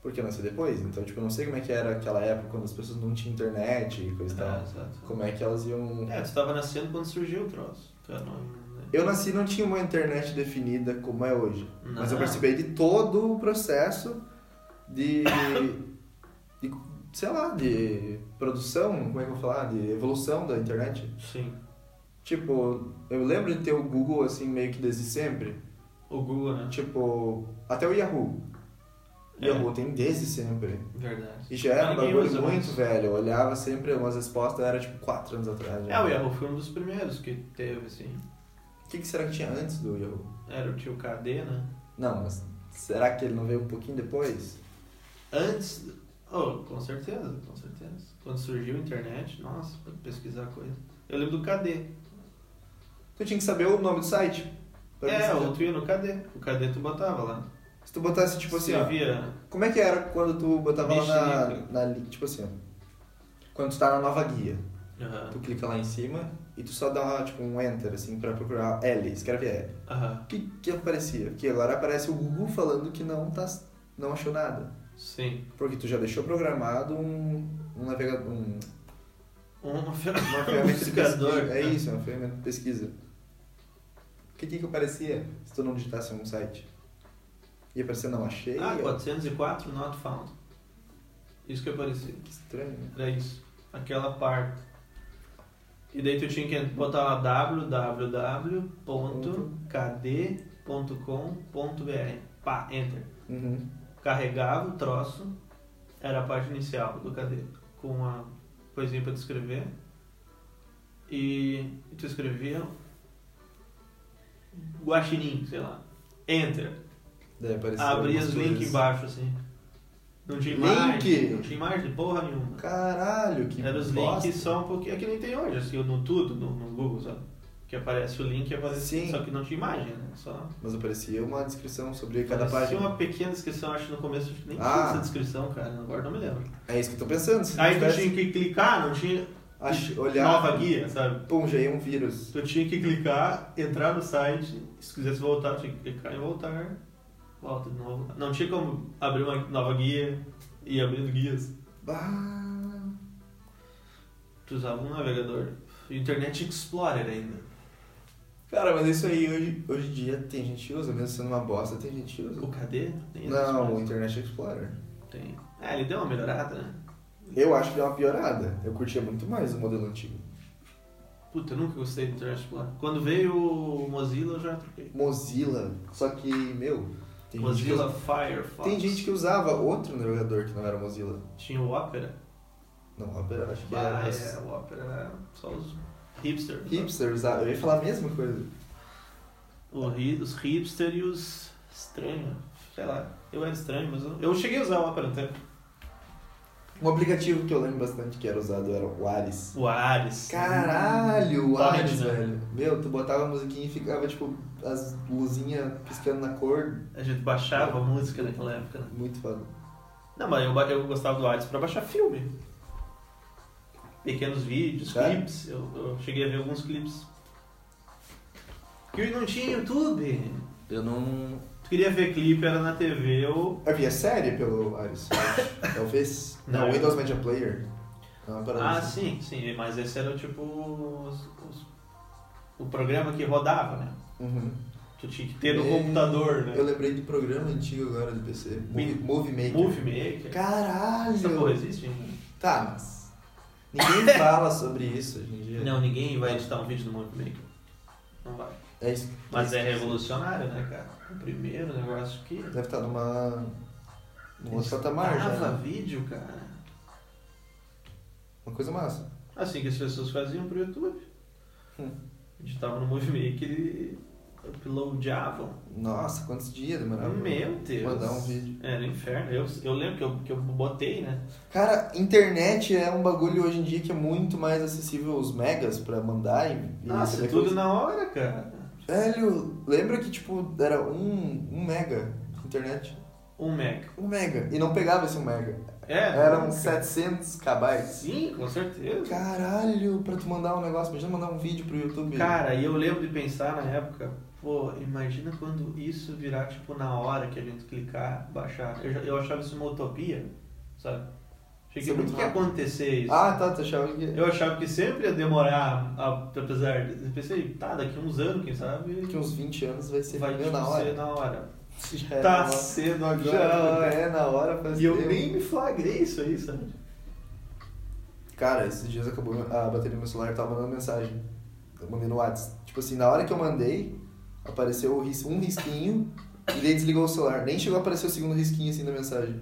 Speaker 2: Porque eu nasci depois. Então, tipo, eu não sei como é que era aquela época quando as pessoas não tinham internet e coisa e
Speaker 1: É,
Speaker 2: tal.
Speaker 1: exato.
Speaker 2: Como é que elas iam.
Speaker 1: É, tu tava nascendo quando surgiu o troço. Tu era um-
Speaker 2: Eu nasci e não tinha uma internet definida como é hoje. Mas
Speaker 1: Não.
Speaker 2: eu participei de todo o processo de. de sei lá, de produção, como é que eu vou falar? De evolução da internet.
Speaker 1: Sim.
Speaker 2: Tipo, eu lembro de ter o Google assim meio que desde sempre.
Speaker 1: O Google, né?
Speaker 2: Tipo, até o Yahoo.
Speaker 1: É.
Speaker 2: Yahoo tem desde sempre.
Speaker 1: Verdade.
Speaker 2: E já era um
Speaker 1: Ninguém usa
Speaker 2: bagulho muito
Speaker 1: mais.
Speaker 2: velho. Eu olhava sempre umas respostas, era tipo 4 anos atrás.
Speaker 1: É, o Yahoo foi um dos primeiros que teve, assim.
Speaker 2: O que, que será que tinha antes do Yahoo?
Speaker 1: Era o tio KD, né?
Speaker 2: Não, mas será que ele não veio um pouquinho depois?
Speaker 1: Antes. Oh, com certeza, com certeza. Quando surgiu a internet, nossa, pra pesquisar coisa. Eu lembro do KD.
Speaker 2: Tu tinha que saber o nome do site. pra
Speaker 1: é,
Speaker 2: pesquisar.
Speaker 1: o tu ia no KD. O KD tu botava lá.
Speaker 2: Se tu botasse, tipo assim,
Speaker 1: Você
Speaker 2: ó,
Speaker 1: via.
Speaker 2: Como é que era quando tu botava lá na,
Speaker 1: Mexerica.
Speaker 2: na li- Tipo assim, ó. Quando tu tá na nova guia,
Speaker 1: Aham.
Speaker 2: tu clica lá em cima e tu só dá tipo um enter, assim, pra procurar L, escreve L.
Speaker 1: Aham.
Speaker 2: O que, que aparecia? Que agora aparece o Google falando que não, tá, não achou nada.
Speaker 1: Sim.
Speaker 2: Porque tu já deixou programado um, um navegador. Um,
Speaker 1: Um né?
Speaker 2: uma ferramenta de
Speaker 1: buscador.
Speaker 2: pesquisa. É isso, uma ferramenta de pesquisa. O que, que que aparecia se tu não digitasse algum site? Ia aparecer não achei?
Speaker 1: Ah,
Speaker 2: ó,
Speaker 1: 404 not found. Isso que aparecia.
Speaker 2: que estranho. né?
Speaker 1: Era isso. Aquela parte. E daí tu tinha que botar lá www.kd.com.br. Pá, enter.
Speaker 2: Uhum.
Speaker 1: Carregava o troço, era a página inicial do KD, com a coisinha pra tu escrever. E tu escrevia guaxinim, sei lá. Enter.
Speaker 2: Daí apareceu
Speaker 1: Abri
Speaker 2: algumas
Speaker 1: os links
Speaker 2: coisas.
Speaker 1: embaixo, assim. Não tinha
Speaker 2: Link?
Speaker 1: imagem. Não tinha imagem, porra nenhuma.
Speaker 2: Caralho, que
Speaker 1: Era os
Speaker 2: bosta.
Speaker 1: links só um pouquinho. É que nem tem hoje, assim, no tudo, no, no Google, sabe? Que aparece o link e aparece.
Speaker 2: Sim.
Speaker 1: Só que não tinha imagem, né? Só.
Speaker 2: Mas aparecia uma descrição sobre cada
Speaker 1: aparecia
Speaker 2: página.
Speaker 1: uma pequena descrição, acho que no começo acho que nem
Speaker 2: Ah.
Speaker 1: tinha essa descrição, cara. Agora não me lembro.
Speaker 2: É isso que eu tô pensando. Se
Speaker 1: Aí
Speaker 2: não
Speaker 1: tu
Speaker 2: tivesse,
Speaker 1: tinha que clicar, não tinha
Speaker 2: ach- olhar,
Speaker 1: nova guia, sabe?
Speaker 2: Pum, já ia um vírus.
Speaker 1: Tu tinha que clicar, entrar no site, se quisesse voltar, tinha que clicar e voltar. Volta de novo. Não tinha como abrir uma nova guia e ir abrindo guias.
Speaker 2: Bah.
Speaker 1: Tu usava um navegador. Internet Explorer ainda.
Speaker 2: Cara, mas é isso aí hoje, hoje em dia tem gente que usa, mesmo sendo uma bosta, tem gente que usa.
Speaker 1: O KD? Tem esse
Speaker 2: Não, o
Speaker 1: mais?
Speaker 2: Internet Explorer.
Speaker 1: Tem. Ah, ele deu uma melhorada, né?
Speaker 2: Eu acho que deu uma piorada. Eu curtia muito mais o modelo antigo.
Speaker 1: Puta, eu nunca gostei do Internet Explorer. Quando veio o Mozilla, eu já troquei.
Speaker 2: Mozilla, só que, meu, tem gente que,
Speaker 1: Mozilla
Speaker 2: usa-
Speaker 1: Firefox.
Speaker 2: tem gente que usava outro navegador que não era Mozilla.
Speaker 1: Tinha o Opera.
Speaker 2: Não, Opera, acho que
Speaker 1: Ah,
Speaker 2: era.
Speaker 1: é, o Opera era só os hipsters. né?
Speaker 2: Hipster usava. Eu ia falar a mesma coisa.
Speaker 1: O hi- os hipsters e os estranhos. Sei lá. Eu era estranho, mas eu, eu cheguei a usar o Opera um tempo.
Speaker 2: Um aplicativo que eu lembro bastante que era usado era o Ares.
Speaker 1: O Ares.
Speaker 2: Caralho, o
Speaker 1: Pode,
Speaker 2: Ares,
Speaker 1: né?
Speaker 2: velho. Meu, tu botava a musiquinha e ficava, tipo, as luzinhas piscando na cor.
Speaker 1: A gente baixava a música naquela época, né?
Speaker 2: Muito foda.
Speaker 1: Não, mas eu, ba- eu gostava do Ares pra baixar filme. Pequenos vídeos,
Speaker 2: É?
Speaker 1: clipes. Eu, eu cheguei a ver alguns clipes. Que não tinha YouTube.
Speaker 2: Eu não...
Speaker 1: Tu queria ver clipe, era na TV ou...
Speaker 2: Havia É, série pelo Ares, eu acho. talvez. Não,
Speaker 1: Não. é.
Speaker 2: Windows Media Player. É Não, para
Speaker 1: Ah, sim, sim. Mas esse era tipo... os- os- o programa que rodava, né?
Speaker 2: Uhum.
Speaker 1: Tu tinha que ter no
Speaker 2: É,
Speaker 1: computador, né?
Speaker 2: Eu lembrei do programa antigo agora do PC. Movie, Movie Maker.
Speaker 1: Movie Maker.
Speaker 2: Caralho!
Speaker 1: Essa porra existe ainda?
Speaker 2: Tá, mas... Ninguém fala sobre isso hoje em dia.
Speaker 1: Não, ninguém vai editar um vídeo do Movie Maker. Não vai.
Speaker 2: É isso.
Speaker 1: Mas é revolucionário, né, cara? O primeiro negócio que...
Speaker 2: Deve estar numa... Num outro patamar já,
Speaker 1: Grava
Speaker 2: né?
Speaker 1: vídeo, cara.
Speaker 2: Uma coisa massa.
Speaker 1: Assim que as pessoas faziam pro YouTube.
Speaker 2: Hum.
Speaker 1: Editavam no Movie Maker e uploadavam.
Speaker 2: Nossa, quantos dias demorava?
Speaker 1: Meu Deus.
Speaker 2: Mandar um vídeo.
Speaker 1: Era inferno. Eu, eu lembro que eu, que eu botei, né?
Speaker 2: Cara, internet é um bagulho hoje em dia que é muito mais acessível os megas pra mandar e... e
Speaker 1: Nossa,
Speaker 2: receber
Speaker 1: tudo
Speaker 2: coisa.
Speaker 1: na hora, cara.
Speaker 2: Velho, lembra que, tipo, era um, um mega internet?
Speaker 1: Um Mac.
Speaker 2: Um mega. E não pegava esse um mega.
Speaker 1: É.
Speaker 2: Eram
Speaker 1: um
Speaker 2: 700 KB.
Speaker 1: Sim, com certeza.
Speaker 2: Caralho, pra tu mandar um negócio, imagina mandar um vídeo pro YouTube.
Speaker 1: Cara, e eu lembro de pensar na época, pô, imagina quando isso virar, tipo, na hora que a gente clicar, baixar. Eu, já- eu achava isso uma utopia, sabe? Achei
Speaker 2: Isso
Speaker 1: que
Speaker 2: é
Speaker 1: muito
Speaker 2: muito
Speaker 1: que ia
Speaker 2: rápido.
Speaker 1: acontecer isso.
Speaker 2: Ah, tá, tu achava que...
Speaker 1: Eu achava que sempre ia demorar, a- apesar de. Eu pensei, tá, daqui uns anos, quem sabe.
Speaker 2: Daqui uns 20 anos vai ser
Speaker 1: vai
Speaker 2: meio
Speaker 1: tipo,
Speaker 2: na hora.
Speaker 1: ser na hora.
Speaker 2: Já é
Speaker 1: tá
Speaker 2: na hora.
Speaker 1: cedo
Speaker 2: Já
Speaker 1: agora.
Speaker 2: é na hora um faz
Speaker 1: E eu
Speaker 2: tempo.
Speaker 1: nem me flagrei isso aí, sabe?
Speaker 2: Cara, esses dias acabou a bateria do meu celular tava mandando mensagem. Eu mandei no WhatsApp. Tipo assim, na hora que eu mandei, apareceu o ris- um risquinho e daí desligou o celular. Nem chegou a aparecer o segundo risquinho assim da mensagem.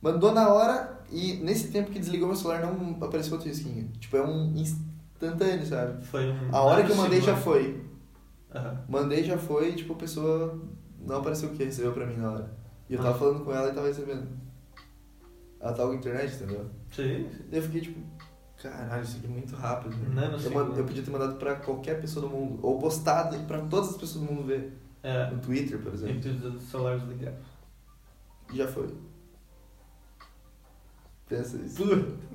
Speaker 2: Mandou na hora e nesse tempo que desligou meu celular não apareceu outro risquinho. Tipo, é um instantâneo, sabe?
Speaker 1: Foi um.
Speaker 2: A hora
Speaker 1: nano
Speaker 2: que eu mandei já
Speaker 1: segundo.
Speaker 2: foi.
Speaker 1: Aham.
Speaker 2: Mandei já foi e tipo, a pessoa não apareceu o que recebeu pra mim na hora. E eu tava
Speaker 1: Ah.
Speaker 2: falando com ela e tava recebendo. a tal internet, entendeu?
Speaker 1: Sim.
Speaker 2: Daí eu fiquei tipo, caralho, isso aqui é muito rápido. né?
Speaker 1: Não, não
Speaker 2: eu,
Speaker 1: sei.
Speaker 2: man- eu podia ter mandado pra qualquer pessoa do mundo, ou postado pra todas as pessoas do mundo ver.
Speaker 1: É.
Speaker 2: No Twitter, por exemplo.
Speaker 1: Entre os celulares ligados. É.
Speaker 2: E já foi. Pensa isso.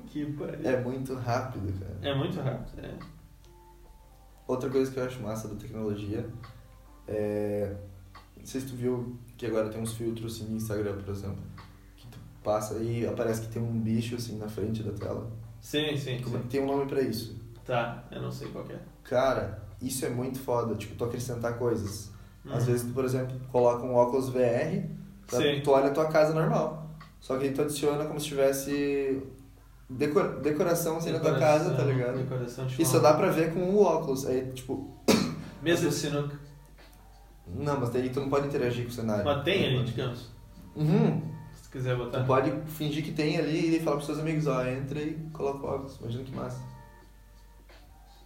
Speaker 1: Que pariu.
Speaker 2: É muito rápido, cara.
Speaker 1: É muito rápido, é.
Speaker 2: Outra coisa que eu acho massa da tecnologia é. Não sei se tu viu que agora tem uns filtros assim no Instagram, por exemplo. Que tu passa e aparece que tem um bicho assim na frente da tela.
Speaker 1: Sim, sim,
Speaker 2: Como é
Speaker 1: sim.
Speaker 2: que tem um nome pra isso?
Speaker 1: Tá, eu não sei qual que é.
Speaker 2: Cara, isso é muito foda, tipo, tu acrescentar coisas. Às
Speaker 1: Hum.
Speaker 2: vezes tu, por exemplo, coloca um óculos VR, pra-
Speaker 1: Sim.
Speaker 2: tu olha a tua casa normal. Só que aí tu adiciona como se tivesse decor- decoração assim na tua casa, tá
Speaker 1: Decoração- Tipo
Speaker 2: ligado?
Speaker 1: Decoração de
Speaker 2: E só dá pra ver com o óculos. Aí, tipo,
Speaker 1: Mesa de sinuca.
Speaker 2: não, mas daí tu não pode interagir com o cenário.
Speaker 1: Mas tem ali, tipo? Tá. digamos.
Speaker 2: Uhum.
Speaker 1: Se tu quiser
Speaker 2: Tu
Speaker 1: botar.
Speaker 2: Ah, pode fingir que tem ali e falar pros seus amigos, ó, entra e coloca o óculos. Imagina que massa.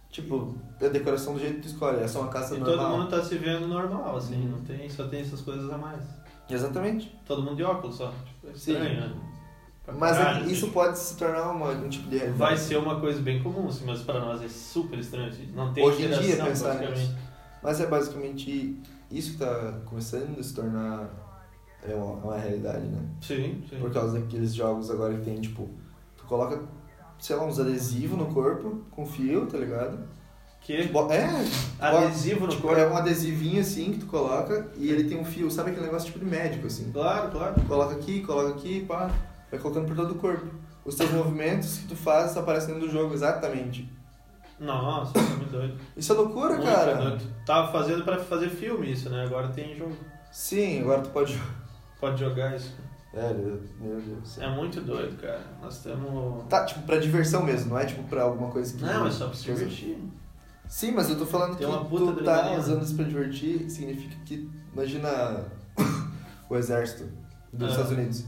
Speaker 2: Tipo, é decoração do jeito que tu escolhe, é só uma casa
Speaker 1: E
Speaker 2: normal.
Speaker 1: todo mundo tá se vendo normal, assim.
Speaker 2: Uhum.
Speaker 1: Não tem, só tem essas coisas a mais.
Speaker 2: Exatamente.
Speaker 1: Todo mundo de óculos só. Tipo, é estranho, né? Pra
Speaker 2: Mas é
Speaker 1: caralho,
Speaker 2: isso
Speaker 1: assim.
Speaker 2: pode se tornar uma- um tipo de realidade.
Speaker 1: Vai ser uma coisa bem comum, assim, mas pra nós é super estranho. assim. Não tem
Speaker 2: Hoje em dia,
Speaker 1: interação,
Speaker 2: pensar
Speaker 1: basicamente.
Speaker 2: Mas é basicamente isso que tá começando a se tornar é uma, uma realidade, né?
Speaker 1: Sim, sim.
Speaker 2: Por causa daqueles jogos agora que tem, tipo, tu coloca, sei lá, uns adesivos no corpo, com fio, tá ligado?
Speaker 1: Que
Speaker 2: Bo- É,
Speaker 1: adesivo no
Speaker 2: tipo,
Speaker 1: corpo.
Speaker 2: é um adesivinho assim que tu coloca e ele tem um fio, sabe aquele negócio tipo de médico, assim?
Speaker 1: Claro, claro.
Speaker 2: Coloca aqui, coloca aqui, pá, vai colocando por todo o corpo. Os teus movimentos que tu faz aparecem dentro do jogo, exatamente.
Speaker 1: Nossa, isso é muito doido.
Speaker 2: Isso é loucura,
Speaker 1: Muito
Speaker 2: cara!
Speaker 1: doido. Tava fazendo pra fazer filme isso, né? Agora tem jogo.
Speaker 2: Sim, agora tu pode.
Speaker 1: Pode jogar isso.
Speaker 2: É, meu Deus.
Speaker 1: É muito doido, cara. Nós temos.
Speaker 2: Tá, tipo, pra diversão mesmo, não é tipo pra alguma coisa que.
Speaker 1: Não, é só pra se
Speaker 2: coisa-
Speaker 1: divertir.
Speaker 2: Sim, mas eu tô falando
Speaker 1: Tem
Speaker 2: que
Speaker 1: uma puta
Speaker 2: tu tá
Speaker 1: adrenalina.
Speaker 2: usando isso pra divertir, significa que. Imagina o exército dos
Speaker 1: Ah.
Speaker 2: Estados Unidos.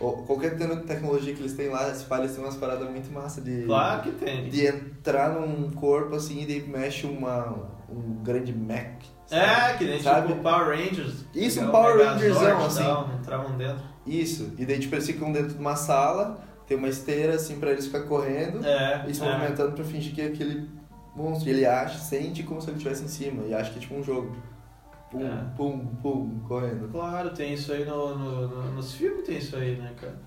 Speaker 2: Ou qualquer tipo de tecnologia que eles têm lá, se fala, eles têm umas paradas muito massa de.
Speaker 1: Claro que tem.
Speaker 2: De entrar num corpo assim e daí mexe uma, um grande Mac. sabe?
Speaker 1: É, que nem
Speaker 2: Sabe?
Speaker 1: tipo Power Rangers.
Speaker 2: Isso,
Speaker 1: Pegar
Speaker 2: um
Speaker 1: o
Speaker 2: Power
Speaker 1: Megazord
Speaker 2: Rangerzão,
Speaker 1: e
Speaker 2: assim.
Speaker 1: tal, Entravam dentro.
Speaker 2: Isso. E daí, tipo, eles ficam dentro de uma sala, tem uma esteira assim pra eles ficar correndo.
Speaker 1: É.
Speaker 2: E se
Speaker 1: é.
Speaker 2: movimentando pra fingir que é aquele monstro. E ele acha, sente como se ele estivesse em cima. E acha que é tipo um jogo. Pum,
Speaker 1: É.
Speaker 2: pum, pum, correndo.
Speaker 1: Claro, tem isso aí no, no- no- nos filmes, tem isso aí, né, cara?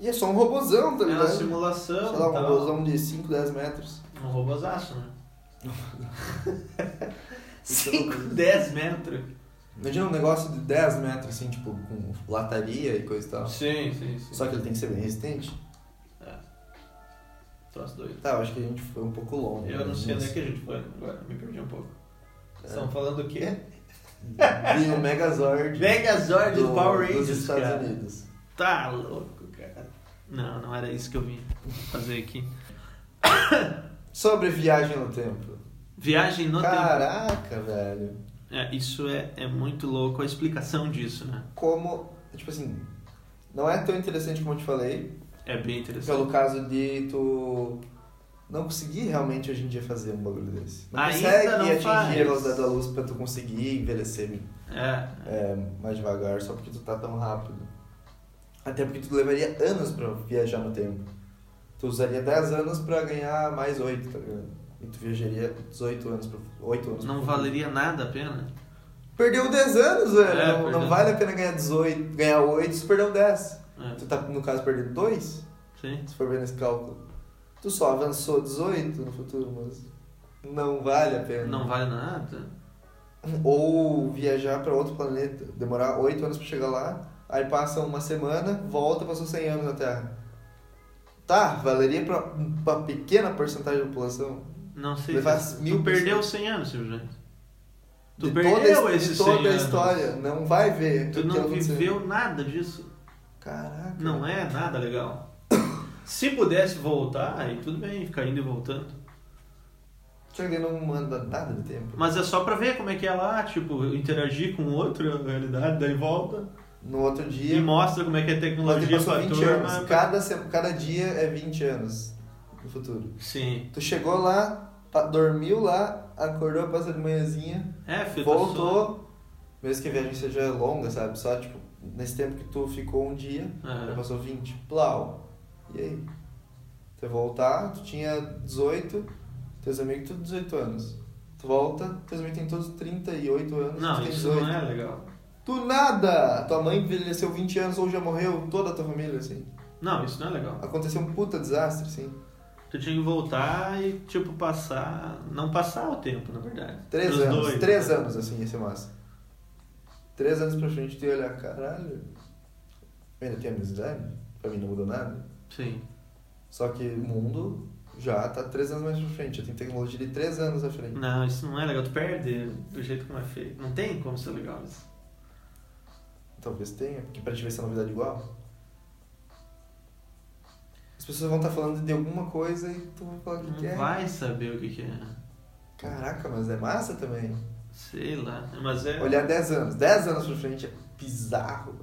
Speaker 2: E é só um robozão, tá
Speaker 1: É tá. uma
Speaker 2: ligado?
Speaker 1: simulação,
Speaker 2: Sei lá, um
Speaker 1: tal.
Speaker 2: robozão de 5, 10 metros.
Speaker 1: Um robozaço, né?
Speaker 2: Isso
Speaker 1: 5,
Speaker 2: é uma-
Speaker 1: 10 metros.
Speaker 2: Imagina um negócio de 10 metros, assim, tipo, com lataria e coisa e tal.
Speaker 1: Sim, sim, sim.
Speaker 2: Só que ele tem que ser bem resistente.
Speaker 1: Troço doido.
Speaker 2: Tá, eu acho que a gente foi um pouco longe.
Speaker 1: Eu não sei onde é
Speaker 2: né?
Speaker 1: que a gente foi agora, me perdi um pouco.
Speaker 2: É.
Speaker 1: Estamos falando do quê?
Speaker 2: E o um Megazord.
Speaker 1: Megazord do,
Speaker 2: do-
Speaker 1: Power
Speaker 2: dos
Speaker 1: Rangers,
Speaker 2: Estados
Speaker 1: cara.
Speaker 2: Unidos.
Speaker 1: Tá louco, cara. Não, não era isso que eu vim fazer aqui.
Speaker 2: Sobre viagem no tempo.
Speaker 1: Viagem no tempo.
Speaker 2: Caraca, velho.
Speaker 1: É, isso é, é muito louco a explicação disso, né?
Speaker 2: como, tipo assim, não é tão interessante como eu te falei,
Speaker 1: É bem interessante.
Speaker 2: pelo caso de tu não conseguir realmente hoje em dia fazer um bagulho desse. Não
Speaker 1: Ainda
Speaker 2: consegue
Speaker 1: não
Speaker 2: atingir
Speaker 1: faz.
Speaker 2: a velocidade da luz pra tu conseguir envelhecer
Speaker 1: É,
Speaker 2: é, mais devagar só porque tu tá tão rápido. Até porque tu levaria anos pra viajar no tempo. Tu usaria 10 anos pra ganhar mais 8, tá ligado? E tu viajaria 18 anos pra 8 anos.
Speaker 1: não
Speaker 2: pra...
Speaker 1: valeria nada a pena.
Speaker 2: Perdeu 10 anos, velho.
Speaker 1: É,
Speaker 2: não, não
Speaker 1: perdeu.
Speaker 2: vale a pena ganhar 18, ganhar 8 se perdeu 10.
Speaker 1: É,
Speaker 2: Tu tá, no caso, perdendo 2,
Speaker 1: sim.
Speaker 2: se for ver nesse cálculo. Tu só avançou 18 no futuro, mas não vale a pena.
Speaker 1: Não vale nada.
Speaker 2: Ou viajar pra outro planeta, demorar 8 anos pra chegar lá, aí passa uma semana, volta, passou 100 anos na Terra. Tá, valeria pra uma pequena porcentagem da população.
Speaker 1: Não sei.
Speaker 2: Levar
Speaker 1: se-
Speaker 2: mil
Speaker 1: tu perdeu 100 anos, seu gente. Tu
Speaker 2: de
Speaker 1: perdeu
Speaker 2: toda, a-
Speaker 1: esses
Speaker 2: de toda
Speaker 1: 100
Speaker 2: a
Speaker 1: anos.
Speaker 2: história, não vai ver.
Speaker 1: Tu
Speaker 2: aquilo
Speaker 1: não
Speaker 2: aconteceu.
Speaker 1: viveu nada disso.
Speaker 2: Caraca.
Speaker 1: Não é nada legal. Se pudesse voltar, aí tudo bem, ficar indo e voltando.
Speaker 2: Será que ele não manda nada de tempo?
Speaker 1: Mas é só pra ver como é que é lá, tipo, interagir com outra realidade, daí volta.
Speaker 2: No outro
Speaker 1: E,
Speaker 2: dia.
Speaker 1: mostra como é que é a
Speaker 2: Mas ele
Speaker 1: tecnologia
Speaker 2: passou
Speaker 1: pra
Speaker 2: 20
Speaker 1: turma.
Speaker 2: anos. Cada, se- cada dia é 20 anos no futuro.
Speaker 1: Sim.
Speaker 2: Tu chegou lá, pa- dormiu lá, acordou, passou de manhãzinha,
Speaker 1: É, filho, tá só-
Speaker 2: voltou. Mesmo que a viagem seja longa, sabe? Só tipo Nesse tempo que tu ficou um dia, já
Speaker 1: Aham.
Speaker 2: passou 20. Plau. E aí? Tu ia voltar, tu tinha 18, teus amigos tudo 18 anos. Tu volta, teus amigos têm todos 38 anos, tu
Speaker 1: Não,
Speaker 2: tem
Speaker 1: isso não é legal.
Speaker 2: Tu nada! Tua mãe envelheceu 20 anos ou já morreu, toda a tua família, assim.
Speaker 1: Não, isso não é legal.
Speaker 2: Aconteceu um puta desastre, assim.
Speaker 1: Tu tinha que voltar e, tipo, passar. Não passar o tempo, na verdade.
Speaker 2: Três
Speaker 1: Pros
Speaker 2: anos,
Speaker 1: dois,
Speaker 2: três
Speaker 1: né?
Speaker 2: anos, assim, ia ser massa. Três anos pra frente, tu ia olhar, caralho, eu ainda tem amizade? Pra mim não mudou nada.
Speaker 1: Sim.
Speaker 2: Só que o mundo já tá três anos mais pra frente, já tem tecnologia de três anos à frente.
Speaker 1: Não, isso não é legal. Tu perde do jeito como é feito. Não tem como ser legal isso.
Speaker 2: Talvez tenha, porque pra te ver essa novidade igual. As pessoas vão estar falando de alguma coisa e tu vai falar o que que é.
Speaker 1: Não vai saber o que, que é.
Speaker 2: Caraca, mas é massa também.
Speaker 1: Sei lá. Mas é.
Speaker 2: Olhar 10 anos, 10 anos pra frente é bizarro.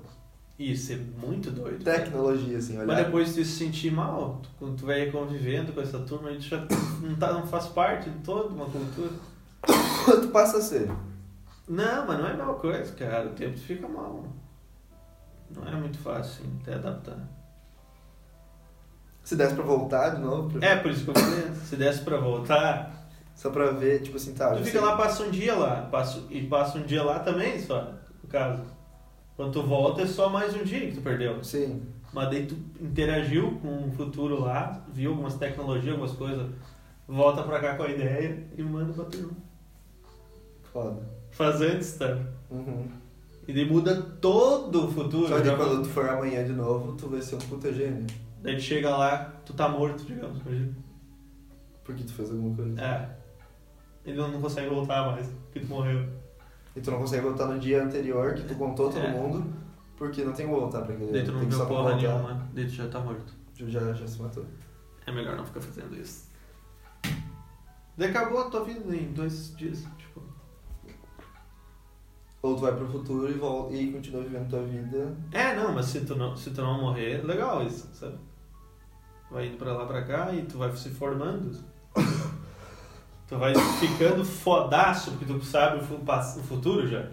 Speaker 1: Isso é muito doido.
Speaker 2: Tecnologia, assim, olhar.
Speaker 1: Mas depois de se sentir mal, tu- quando tu vai convivendo com essa turma, a gente já não, tá, não faz parte de toda uma cultura. é
Speaker 2: tu passa a ser.
Speaker 1: Não, mas não é a mesma coisa, cara. O tempo tu fica mal. Não é muito fácil assim, te adaptar.
Speaker 2: Se desse pra voltar de novo, pra-
Speaker 1: É, por isso que eu falei, se desse pra voltar,
Speaker 2: só pra ver, tipo assim, tá.
Speaker 1: tu
Speaker 2: já
Speaker 1: fica
Speaker 2: sei.
Speaker 1: lá, passa um dia lá, passa, e passa um dia lá também, só, no caso. Quando tu volta é só mais um dia que tu perdeu.
Speaker 2: Sim.
Speaker 1: Mas daí tu interagiu com o futuro lá, viu algumas tecnologias, algumas coisas, volta pra cá com a ideia e manda pra turma.
Speaker 2: Foda.
Speaker 1: Faz antes, tá?
Speaker 2: Uhum.
Speaker 1: E daí muda todo o futuro.
Speaker 2: Só que
Speaker 1: já-
Speaker 2: quando tu for amanhã de novo, tu vai ser um puta gênio.
Speaker 1: Daí tu chega lá, tu tá morto, digamos. imagina.
Speaker 2: Porque tu fez alguma coisa.
Speaker 1: É. Ele não consegue voltar mais, porque tu morreu.
Speaker 2: E tu não consegue voltar no dia anterior que tu contou todo
Speaker 1: É.
Speaker 2: mundo, porque não tem como voltar pra aquele
Speaker 1: Daí tu não
Speaker 2: É, tem que
Speaker 1: viu
Speaker 2: só
Speaker 1: porra
Speaker 2: voltar.
Speaker 1: nenhuma, daí tu já tá morto.
Speaker 2: Tu já, já se matou.
Speaker 1: É melhor não ficar fazendo isso. Daí acabou a tua vida em dois dias, tipo.
Speaker 2: Ou tu vai pro futuro e, volta, e continua vivendo tua vida.
Speaker 1: É, não, mas se tu não, se tu não morrer, legal isso, sabe? Vai indo pra lá, pra cá e tu vai se formando. tu vai ficando fodaço, porque tu sabe o fu- pas- o futuro já.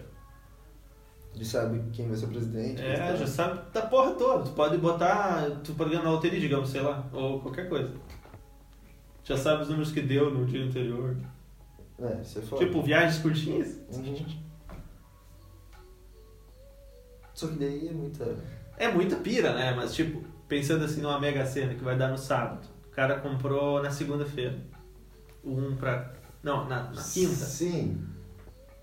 Speaker 2: De sabe quem vai ser presidente. quem
Speaker 1: É,
Speaker 2: tá-
Speaker 1: já sabe da porra toda. Tu pode botar. Tu pode ganhar na loteria, digamos, sei lá, ou qualquer coisa. Já sabe os números que deu no dia anterior.
Speaker 2: É, isso é foda.
Speaker 1: Tipo, viagens curtinhas.
Speaker 2: Uhum. Só que daí é muita.
Speaker 1: É muita pira, né? Mas, tipo, pensando assim numa mega cena que vai dar no sábado. O cara comprou na segunda-feira. Um pra. Não, na, na quinta.
Speaker 2: Sim.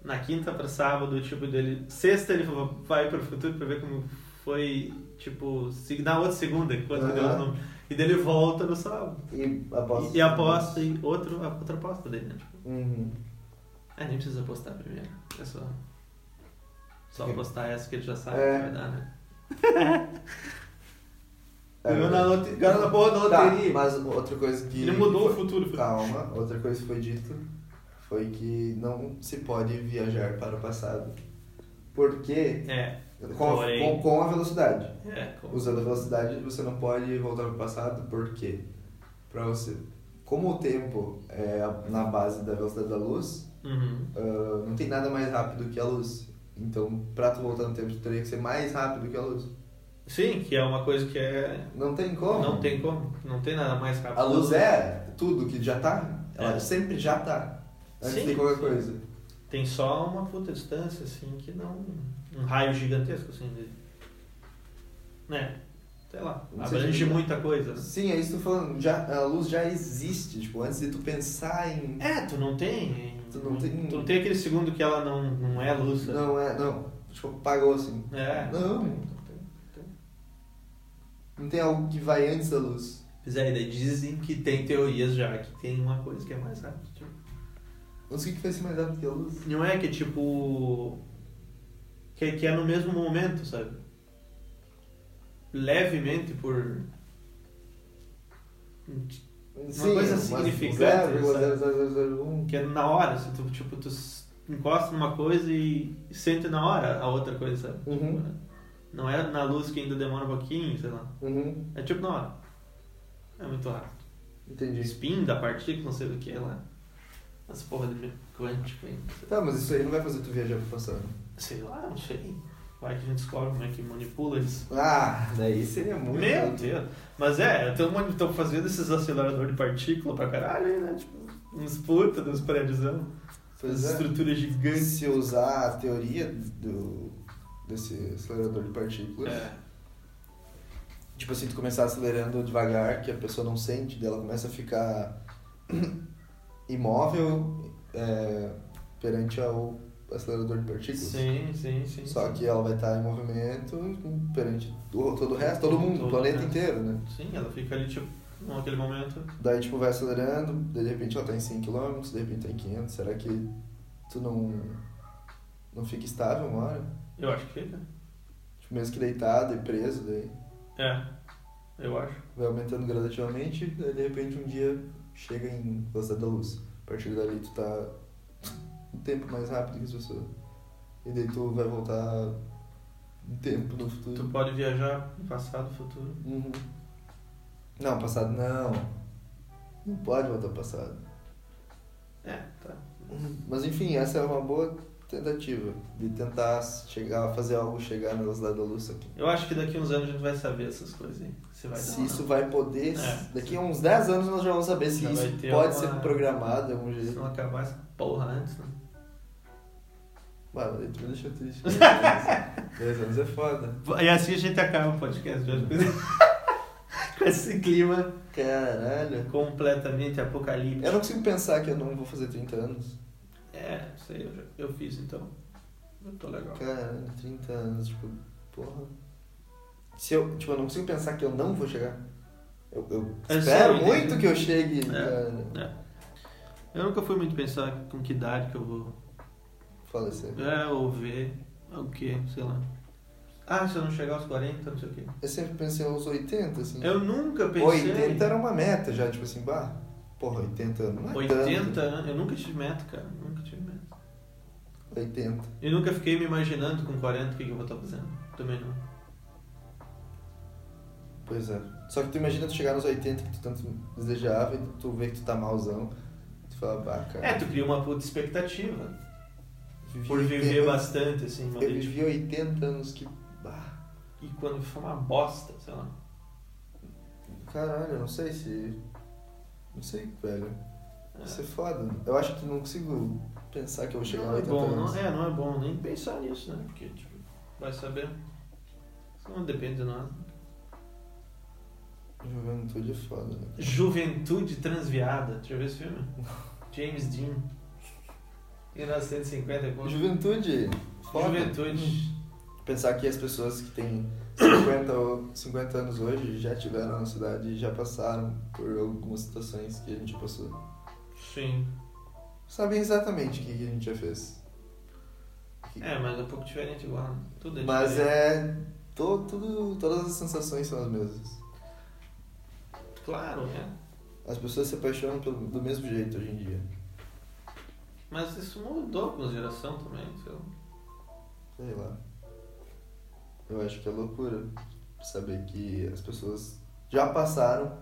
Speaker 1: Na quinta pra sábado, tipo, dele. Sexta ele vai pro futuro pra ver como foi. Tipo, se- na outra segunda, quanto que deu os
Speaker 2: Aham.
Speaker 1: números. E dele volta no sábado.
Speaker 2: E aposta.
Speaker 1: E, e aposta em outro, a- outra aposta dele, né? Tipo,
Speaker 2: Uhum.
Speaker 1: é, nem precisa apostar primeiro. É só. Só apostar essa que ele já sabe
Speaker 2: É.
Speaker 1: que vai dar, né?
Speaker 2: É,
Speaker 1: Ganhou na lote- ganhou na porra da
Speaker 2: Tá,
Speaker 1: loteria.
Speaker 2: mas outra coisa que.
Speaker 1: Ele mudou o
Speaker 2: foi...
Speaker 1: futuro.
Speaker 2: Calma, outra coisa que foi dito foi que não se pode viajar para o passado. Porque
Speaker 1: É,
Speaker 2: com,
Speaker 1: Porém.
Speaker 2: com, com a velocidade.
Speaker 1: é. como-
Speaker 2: Usando a velocidade, você não pode voltar para o passado, por quê? Pra você. Como o tempo é a- na base da velocidade da luz,
Speaker 1: Uhum.
Speaker 2: Ah, não tem nada mais rápido que a luz. Então, pra tu voltar no tempo, tu teria que ser mais rápido que a luz.
Speaker 1: Sim, que é uma coisa que é.
Speaker 2: Não tem como.
Speaker 1: Não tem como. Não tem nada mais rápido.
Speaker 2: A luz é tudo que já tá. Ela
Speaker 1: É.
Speaker 2: sempre já tá. Antes
Speaker 1: Sim,
Speaker 2: de qualquer
Speaker 1: sim.
Speaker 2: coisa.
Speaker 1: Tem só uma puta distância, assim, que não. Um raio gigantesco, assim, de. Né? Sei lá.
Speaker 2: Não sei
Speaker 1: Abrange
Speaker 2: se-
Speaker 1: muita coisa.
Speaker 2: Sim, é isso que eu tô falando. Já, a luz já existe. Tipo, antes de tu pensar em.
Speaker 1: É, tu não tem.
Speaker 2: Tu não tem-
Speaker 1: Tu não tem aquele segundo que ela não, não é luz. né?
Speaker 2: Não é. Não. Tipo, apagou assim.
Speaker 1: É.
Speaker 2: Não. Não tem algo que vai antes da luz.
Speaker 1: Pois é, e daí dizem que tem teorias já que tem uma coisa que é mais rápida. tipo.
Speaker 2: Mas o que que vai ser mais rápido que a luz?
Speaker 1: Não é que é tipo. Que, que é no mesmo momento, sabe? Levemente por.
Speaker 2: Uma
Speaker 1: coisa
Speaker 2: tipo,
Speaker 1: significante, sabe?
Speaker 2: 0,0001.
Speaker 1: Que é na hora, se tu, tipo, tu s- encosta numa coisa e sente na hora a outra coisa, sabe?
Speaker 2: Uhum.
Speaker 1: Não é na luz que ainda demora um pouquinho, sei lá.
Speaker 2: Uhum.
Speaker 1: É tipo na hora. É muito rápido. O
Speaker 2: Entendi.
Speaker 1: spin da partícula, não sei do que é lá. As porra de quântico ainda.
Speaker 2: Tá, mas isso aí não vai fazer tu viajar pro passado.
Speaker 1: Sei lá, não sei. Vai que a gente descobre como é que manipula eles.
Speaker 2: Ah, daí seria muito.
Speaker 1: Meu Deus! Mas é, estão fazendo esses aceleradores de partícula pra caralho aí, né? Tipo, uns puta dos prédios, né?
Speaker 2: Pois
Speaker 1: Essas
Speaker 2: é.
Speaker 1: estruturas gigantes.
Speaker 2: Se usar a teoria do, desse acelerador de partículas,
Speaker 1: É.
Speaker 2: tipo assim, tu começar acelerando devagar, que a pessoa não sente, dela começa a ficar imóvel é, perante ao acelerador de partículas.
Speaker 1: Sim, sim, sim.
Speaker 2: Só
Speaker 1: sim.
Speaker 2: que ela vai estar em movimento perante o- todo o resto, todo mundo,
Speaker 1: Todo
Speaker 2: o planeta
Speaker 1: o resto.
Speaker 2: inteiro, né?
Speaker 1: Sim, ela fica ali, tipo, naquele momento.
Speaker 2: Daí, tipo, vai acelerando, daí, de repente ela tá em 100 km, de repente tá em 500. Será que tu não, não fica estável uma hora?
Speaker 1: Eu acho que é, né? fica.
Speaker 2: Tipo, mesmo que deitado e preso, daí
Speaker 1: É. Eu acho.
Speaker 2: vai aumentando gradativamente, daí de repente um dia chega em velocidade da luz. A partir dali tu tá um tempo mais rápido que as pessoas. E daí tu vai voltar um tempo no futuro.
Speaker 1: Tu pode viajar no passado, futuro.
Speaker 2: Uhum. Não, passado não. Não pode voltar ao passado. Uhum.
Speaker 1: É, tá.
Speaker 2: Mas enfim, essa é uma boa tentativa de tentar chegar, fazer algo chegar na velocidade da luz aqui.
Speaker 1: Eu acho que daqui uns anos a gente vai saber essas coisas aí. Se vai dar
Speaker 2: Se
Speaker 1: ou
Speaker 2: isso
Speaker 1: não.
Speaker 2: vai poder.
Speaker 1: É.
Speaker 2: Daqui a uns 10 anos nós já vamos saber se
Speaker 1: Já
Speaker 2: isso
Speaker 1: vai ter
Speaker 2: pode
Speaker 1: alguma-
Speaker 2: ser programado de algum
Speaker 1: Se
Speaker 2: jeito.
Speaker 1: não acabar essa porra antes, né?
Speaker 2: Mano, daí tu me deixou triste. 10 anos é foda.
Speaker 1: E assim a gente acaba o podcast de hoje. Com esse clima
Speaker 2: Caralho.
Speaker 1: completamente apocalíptico.
Speaker 2: Eu não consigo pensar que eu não vou fazer 30 anos.
Speaker 1: É, isso aí eu, já- eu fiz então. Eu tô legal.
Speaker 2: Caralho, 30 anos, tipo, porra. Se eu, tipo, eu não consigo pensar que eu não vou chegar. Eu, eu
Speaker 1: É
Speaker 2: espero
Speaker 1: sério,
Speaker 2: muito
Speaker 1: né?
Speaker 2: que eu chegue.
Speaker 1: É.
Speaker 2: cara.
Speaker 1: Eu nunca fui muito pensar com que idade que eu vou.
Speaker 2: Falecer.
Speaker 1: É, ou ver. O que, sei lá. Ah, se eu não chegar aos 40, não sei o quê.
Speaker 2: Eu sempre pensei aos 80, assim.
Speaker 1: Eu nunca pensei.
Speaker 2: 80 era uma meta já, tipo assim, bah, porra, 80 anos. Não é
Speaker 1: 80
Speaker 2: Tanto.
Speaker 1: anos? Eu nunca tive meta, cara. Nunca tive meta.
Speaker 2: 80.
Speaker 1: Eu nunca fiquei me imaginando com 40 o que, que eu vou estar fazendo. Também não.
Speaker 2: Pois é. Só que tu imagina tu chegar nos 80 que tu tanto desejava e tu vê que tu tá malzão. Tu fala, bah, cara.
Speaker 1: É, tu cria uma puta expectativa.
Speaker 2: vivi
Speaker 1: Por
Speaker 2: 80,
Speaker 1: viver bastante, assim, uma
Speaker 2: Eu
Speaker 1: vez.
Speaker 2: vivi 80 anos que. Bah,
Speaker 1: E quando foi uma bosta, sei lá.
Speaker 2: caralho, eu não sei se. Não sei, velho.
Speaker 1: É.
Speaker 2: Isso é foda. Eu acho que não consigo pensar que eu vou chegar tá
Speaker 1: Não
Speaker 2: nos
Speaker 1: é
Speaker 2: 80
Speaker 1: bom,
Speaker 2: anos.
Speaker 1: não é, não é bom nem pensar nisso, né? Porque, tipo, vai saber. Isso não depende de nós.
Speaker 2: Juventude é foda, né?
Speaker 1: Juventude Transviada. Deixa eu ver esse filme. James Dean. 1950 e pouco.
Speaker 2: Juventude. Foda.
Speaker 1: Juventude.
Speaker 2: pensar que as pessoas que têm 50, ou 50 anos hoje já tiveram na cidade e já passaram por algumas situações que a gente passou.
Speaker 1: Sim.
Speaker 2: Sabem exatamente o que que a gente já fez.
Speaker 1: É, mas é um pouco diferente igual. né? Tudo é
Speaker 2: Mas
Speaker 1: diferente.
Speaker 2: é. to- tudo, todas as sensações são as mesmas.
Speaker 1: Claro, é.
Speaker 2: As pessoas se apaixonam pelo, do mesmo jeito hoje em dia.
Speaker 1: Mas isso mudou com a geração também, sei lá.
Speaker 2: Sei lá. Eu acho que é loucura saber que as pessoas já passaram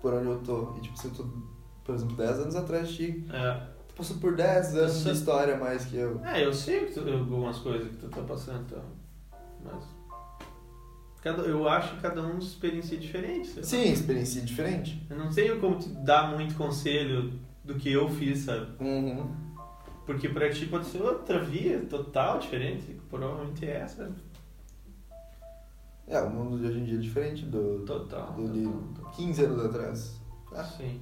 Speaker 2: por onde eu tô. E tipo, se eu tô, por exemplo, 10 anos atrás de ti,
Speaker 1: É.
Speaker 2: Tu passou por 10 anos
Speaker 1: Isso.
Speaker 2: de história a mais que eu.
Speaker 1: É, eu sei que tu- algumas coisas que tu tá passando, então. Mas. Cada, eu acho que cada um experiencia diferente, sei lá.
Speaker 2: Sim, experiência diferente.
Speaker 1: Eu não sei como te dar muito conselho do que eu fiz, sabe?
Speaker 2: Uhum.
Speaker 1: Porque pra ti pode ser outra via total diferente, que provavelmente é essa.
Speaker 2: É, o mundo de hoje em dia é diferente do
Speaker 1: Total.
Speaker 2: Do livro. 15 anos atrás.
Speaker 1: total. Sim.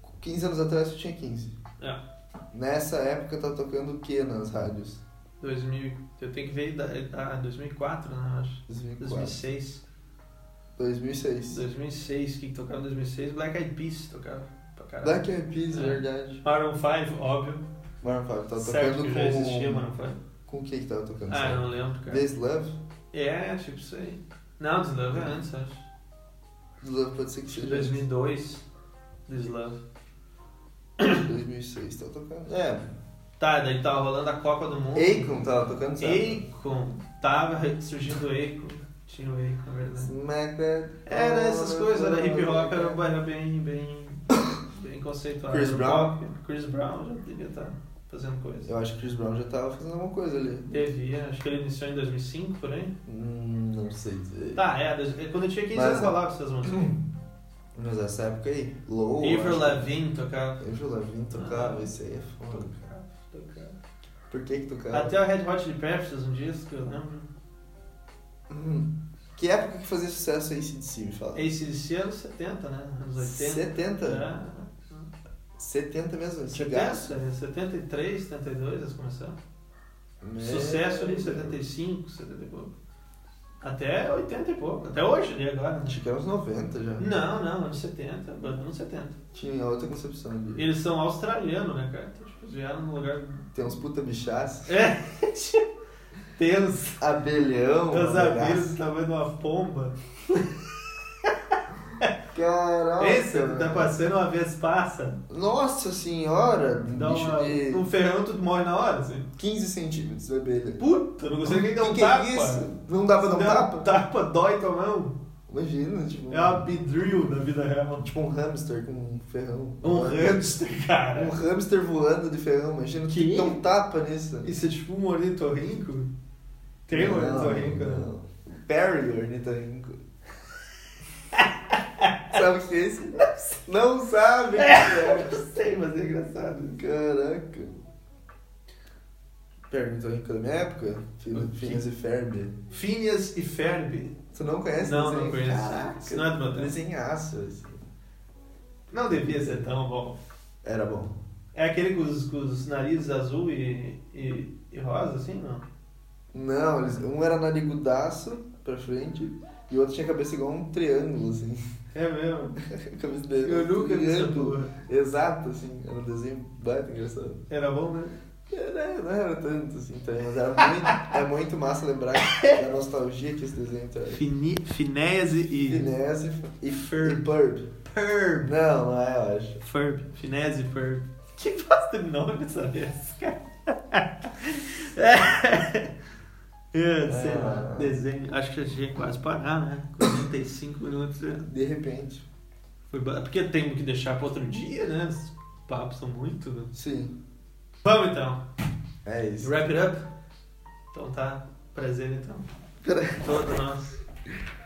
Speaker 2: Com 15 anos atrás tu tinha 15.
Speaker 1: É.
Speaker 2: Nessa época tá tocando o que nas rádios?
Speaker 1: 2000, eu tenho que ver. da- Ah, 2004, né? eu Acho.
Speaker 2: 2004.
Speaker 1: 2006.
Speaker 2: 2006.
Speaker 1: 2006, o que que tocava em 2006? Black Eyed Peas tocava pra caralho.
Speaker 2: Black Eyed Peas,
Speaker 1: É.
Speaker 2: um verdade.
Speaker 1: Maroon 5, óbvio.
Speaker 2: Maroon 5 tá
Speaker 1: certo
Speaker 2: tocando
Speaker 1: que já existia Maroon
Speaker 2: com...
Speaker 1: 5.
Speaker 2: Com o que que tava tocando?
Speaker 1: Ah, eu não lembro, cara.
Speaker 2: This Love?
Speaker 1: É, tipo isso aí. Não, Deslove é antes, acho.
Speaker 2: This Love pode ser que
Speaker 1: Acho que
Speaker 2: seja...
Speaker 1: 2002, Deslove.
Speaker 2: 2006 tá tocando. É,
Speaker 1: Tá, daí tava rolando a Copa do Mundo.
Speaker 2: Akon tava tocando, sabe?
Speaker 1: Akon. né? Tava surgindo o Akon. Tinha o Akon, na verdade.
Speaker 2: Smack that.
Speaker 1: Era É, né, essas coisas, era hip hop, era, um era bem, bem, bem conceituado.
Speaker 2: Chris
Speaker 1: Era
Speaker 2: Brown?
Speaker 1: pop. Chris Brown já devia estar fazendo coisa.
Speaker 2: Eu acho que Chris Brown já tava fazendo alguma coisa ali.
Speaker 1: Devia, acho que ele iniciou em 2005, por aí.
Speaker 2: Hum, não sei dizer.
Speaker 1: Tá, é, dois- é quando eu tinha 15
Speaker 2: Mas-
Speaker 1: anos eu falava essas músicas.
Speaker 2: Mas essa época aí, Low.
Speaker 1: Avril Lavigne tocava.
Speaker 2: Avril Lavigne
Speaker 1: Ah.
Speaker 2: tocava, isso aí é foda, cara.
Speaker 1: Tocava, tocava.
Speaker 2: Por que que tocava?
Speaker 1: Até o Red Hot Chili Peppers, um disco, eu lembro.
Speaker 2: Hum. Que época que fazia sucesso aí, CDC, me fala?
Speaker 1: ACDC anos 70, né? Anos 80.
Speaker 2: 70?
Speaker 1: É.
Speaker 2: 70 mesmo, antigaço.
Speaker 1: 70, 73, 72 eles começaram.
Speaker 2: Meu-
Speaker 1: Sucesso ali em 75, 70 e pouco. Até 80 e pouco. Até hoje ali agora. né?
Speaker 2: Achei que era uns 90 já.
Speaker 1: Não, não, anos 70. banda Anos 70.
Speaker 2: Tinha outra concepção ali.
Speaker 1: Eles são australianos, né, cara? Então, tipo, eles vieram num lugar.
Speaker 2: Tem uns puta bichaços.
Speaker 1: É! Tenso.
Speaker 2: Abelhão. né?
Speaker 1: Os abelhas
Speaker 2: um abraço.
Speaker 1: do tamanho de uma pomba.
Speaker 2: Caraca.
Speaker 1: Pensa, tá
Speaker 2: mano.
Speaker 1: passando uma vez passa.
Speaker 2: Nossa senhora. Um
Speaker 1: Dá
Speaker 2: bicho
Speaker 1: uma,
Speaker 2: de
Speaker 1: um ferrão, tudo morre na hora, assim.
Speaker 2: 15 centímetros de abelha.
Speaker 1: Puta, não consigo nem dar um
Speaker 2: que
Speaker 1: tapa.
Speaker 2: é isso? Não dava dar um tapa?
Speaker 1: Tapa, dói tua mão.
Speaker 2: Imagina, tipo.
Speaker 1: É uma bedrill na vida real.
Speaker 2: Tipo um hamster com um ferrão.
Speaker 1: Um hamster, cara.
Speaker 2: Um hamster voando de ferrão, imagina.
Speaker 1: Que?
Speaker 2: Tem que dar um tapa nisso.
Speaker 1: Isso é tipo um ornitorrinco? Tem um
Speaker 2: Não,
Speaker 1: ornitorrinco, né?
Speaker 2: não. Perry ornitorrinco. sabe o que é esse? Não sabe,
Speaker 1: Eu
Speaker 2: cara.
Speaker 1: não sei, mas é engraçado.
Speaker 2: Caraca. Perry ornitorrinco da minha época?
Speaker 1: O
Speaker 2: Fil-
Speaker 1: quê?
Speaker 2: Phineas e Ferb.
Speaker 1: Phineas e Ferb.
Speaker 2: Tu não conhece
Speaker 1: Não,
Speaker 2: desenho?
Speaker 1: não conheço.
Speaker 2: Caraca.
Speaker 1: Isso não é do meu tempo.
Speaker 2: Desenhaço. assim. esse.
Speaker 1: Não devia ser tão bom.
Speaker 2: Era bom.
Speaker 1: É aquele com os, com os narizes azul e, e, e rosa, assim, não?
Speaker 2: Não, eles, um era narigudaço pra frente e o outro tinha a cabeça igual um triângulo, assim.
Speaker 1: É mesmo.
Speaker 2: A cabeça dele.
Speaker 1: Eu nunca vi essa
Speaker 2: Triângulo.
Speaker 1: porra.
Speaker 2: Exato, assim. Era um desenho baita engraçado.
Speaker 1: Era bom, né?
Speaker 2: Era, não era tanto assim também, mas era muito, é muito massa lembrar da nostalgia que esse desenho traz.
Speaker 1: Fini, Finese e...
Speaker 2: Finesse e, e
Speaker 1: Ferb.
Speaker 2: Ferb.
Speaker 1: Ferb.
Speaker 2: Não, não é, eu acho.
Speaker 1: Ferb, Finese Ferb. Que bosta de nome dessa vez, cara. É, sei lá,
Speaker 2: Ah.
Speaker 1: desenho. Acho que a gente ia quase parar, né? 45 minutos. né?
Speaker 2: De repente.
Speaker 1: Foi ba- Porque temos que deixar para outro dia, né? Os papos são muito. né?
Speaker 2: Sim,
Speaker 1: Vamos então.
Speaker 2: é isso.
Speaker 1: Wrap it up? Então tá. Prazer então.
Speaker 2: Pera-
Speaker 1: Todo nosso.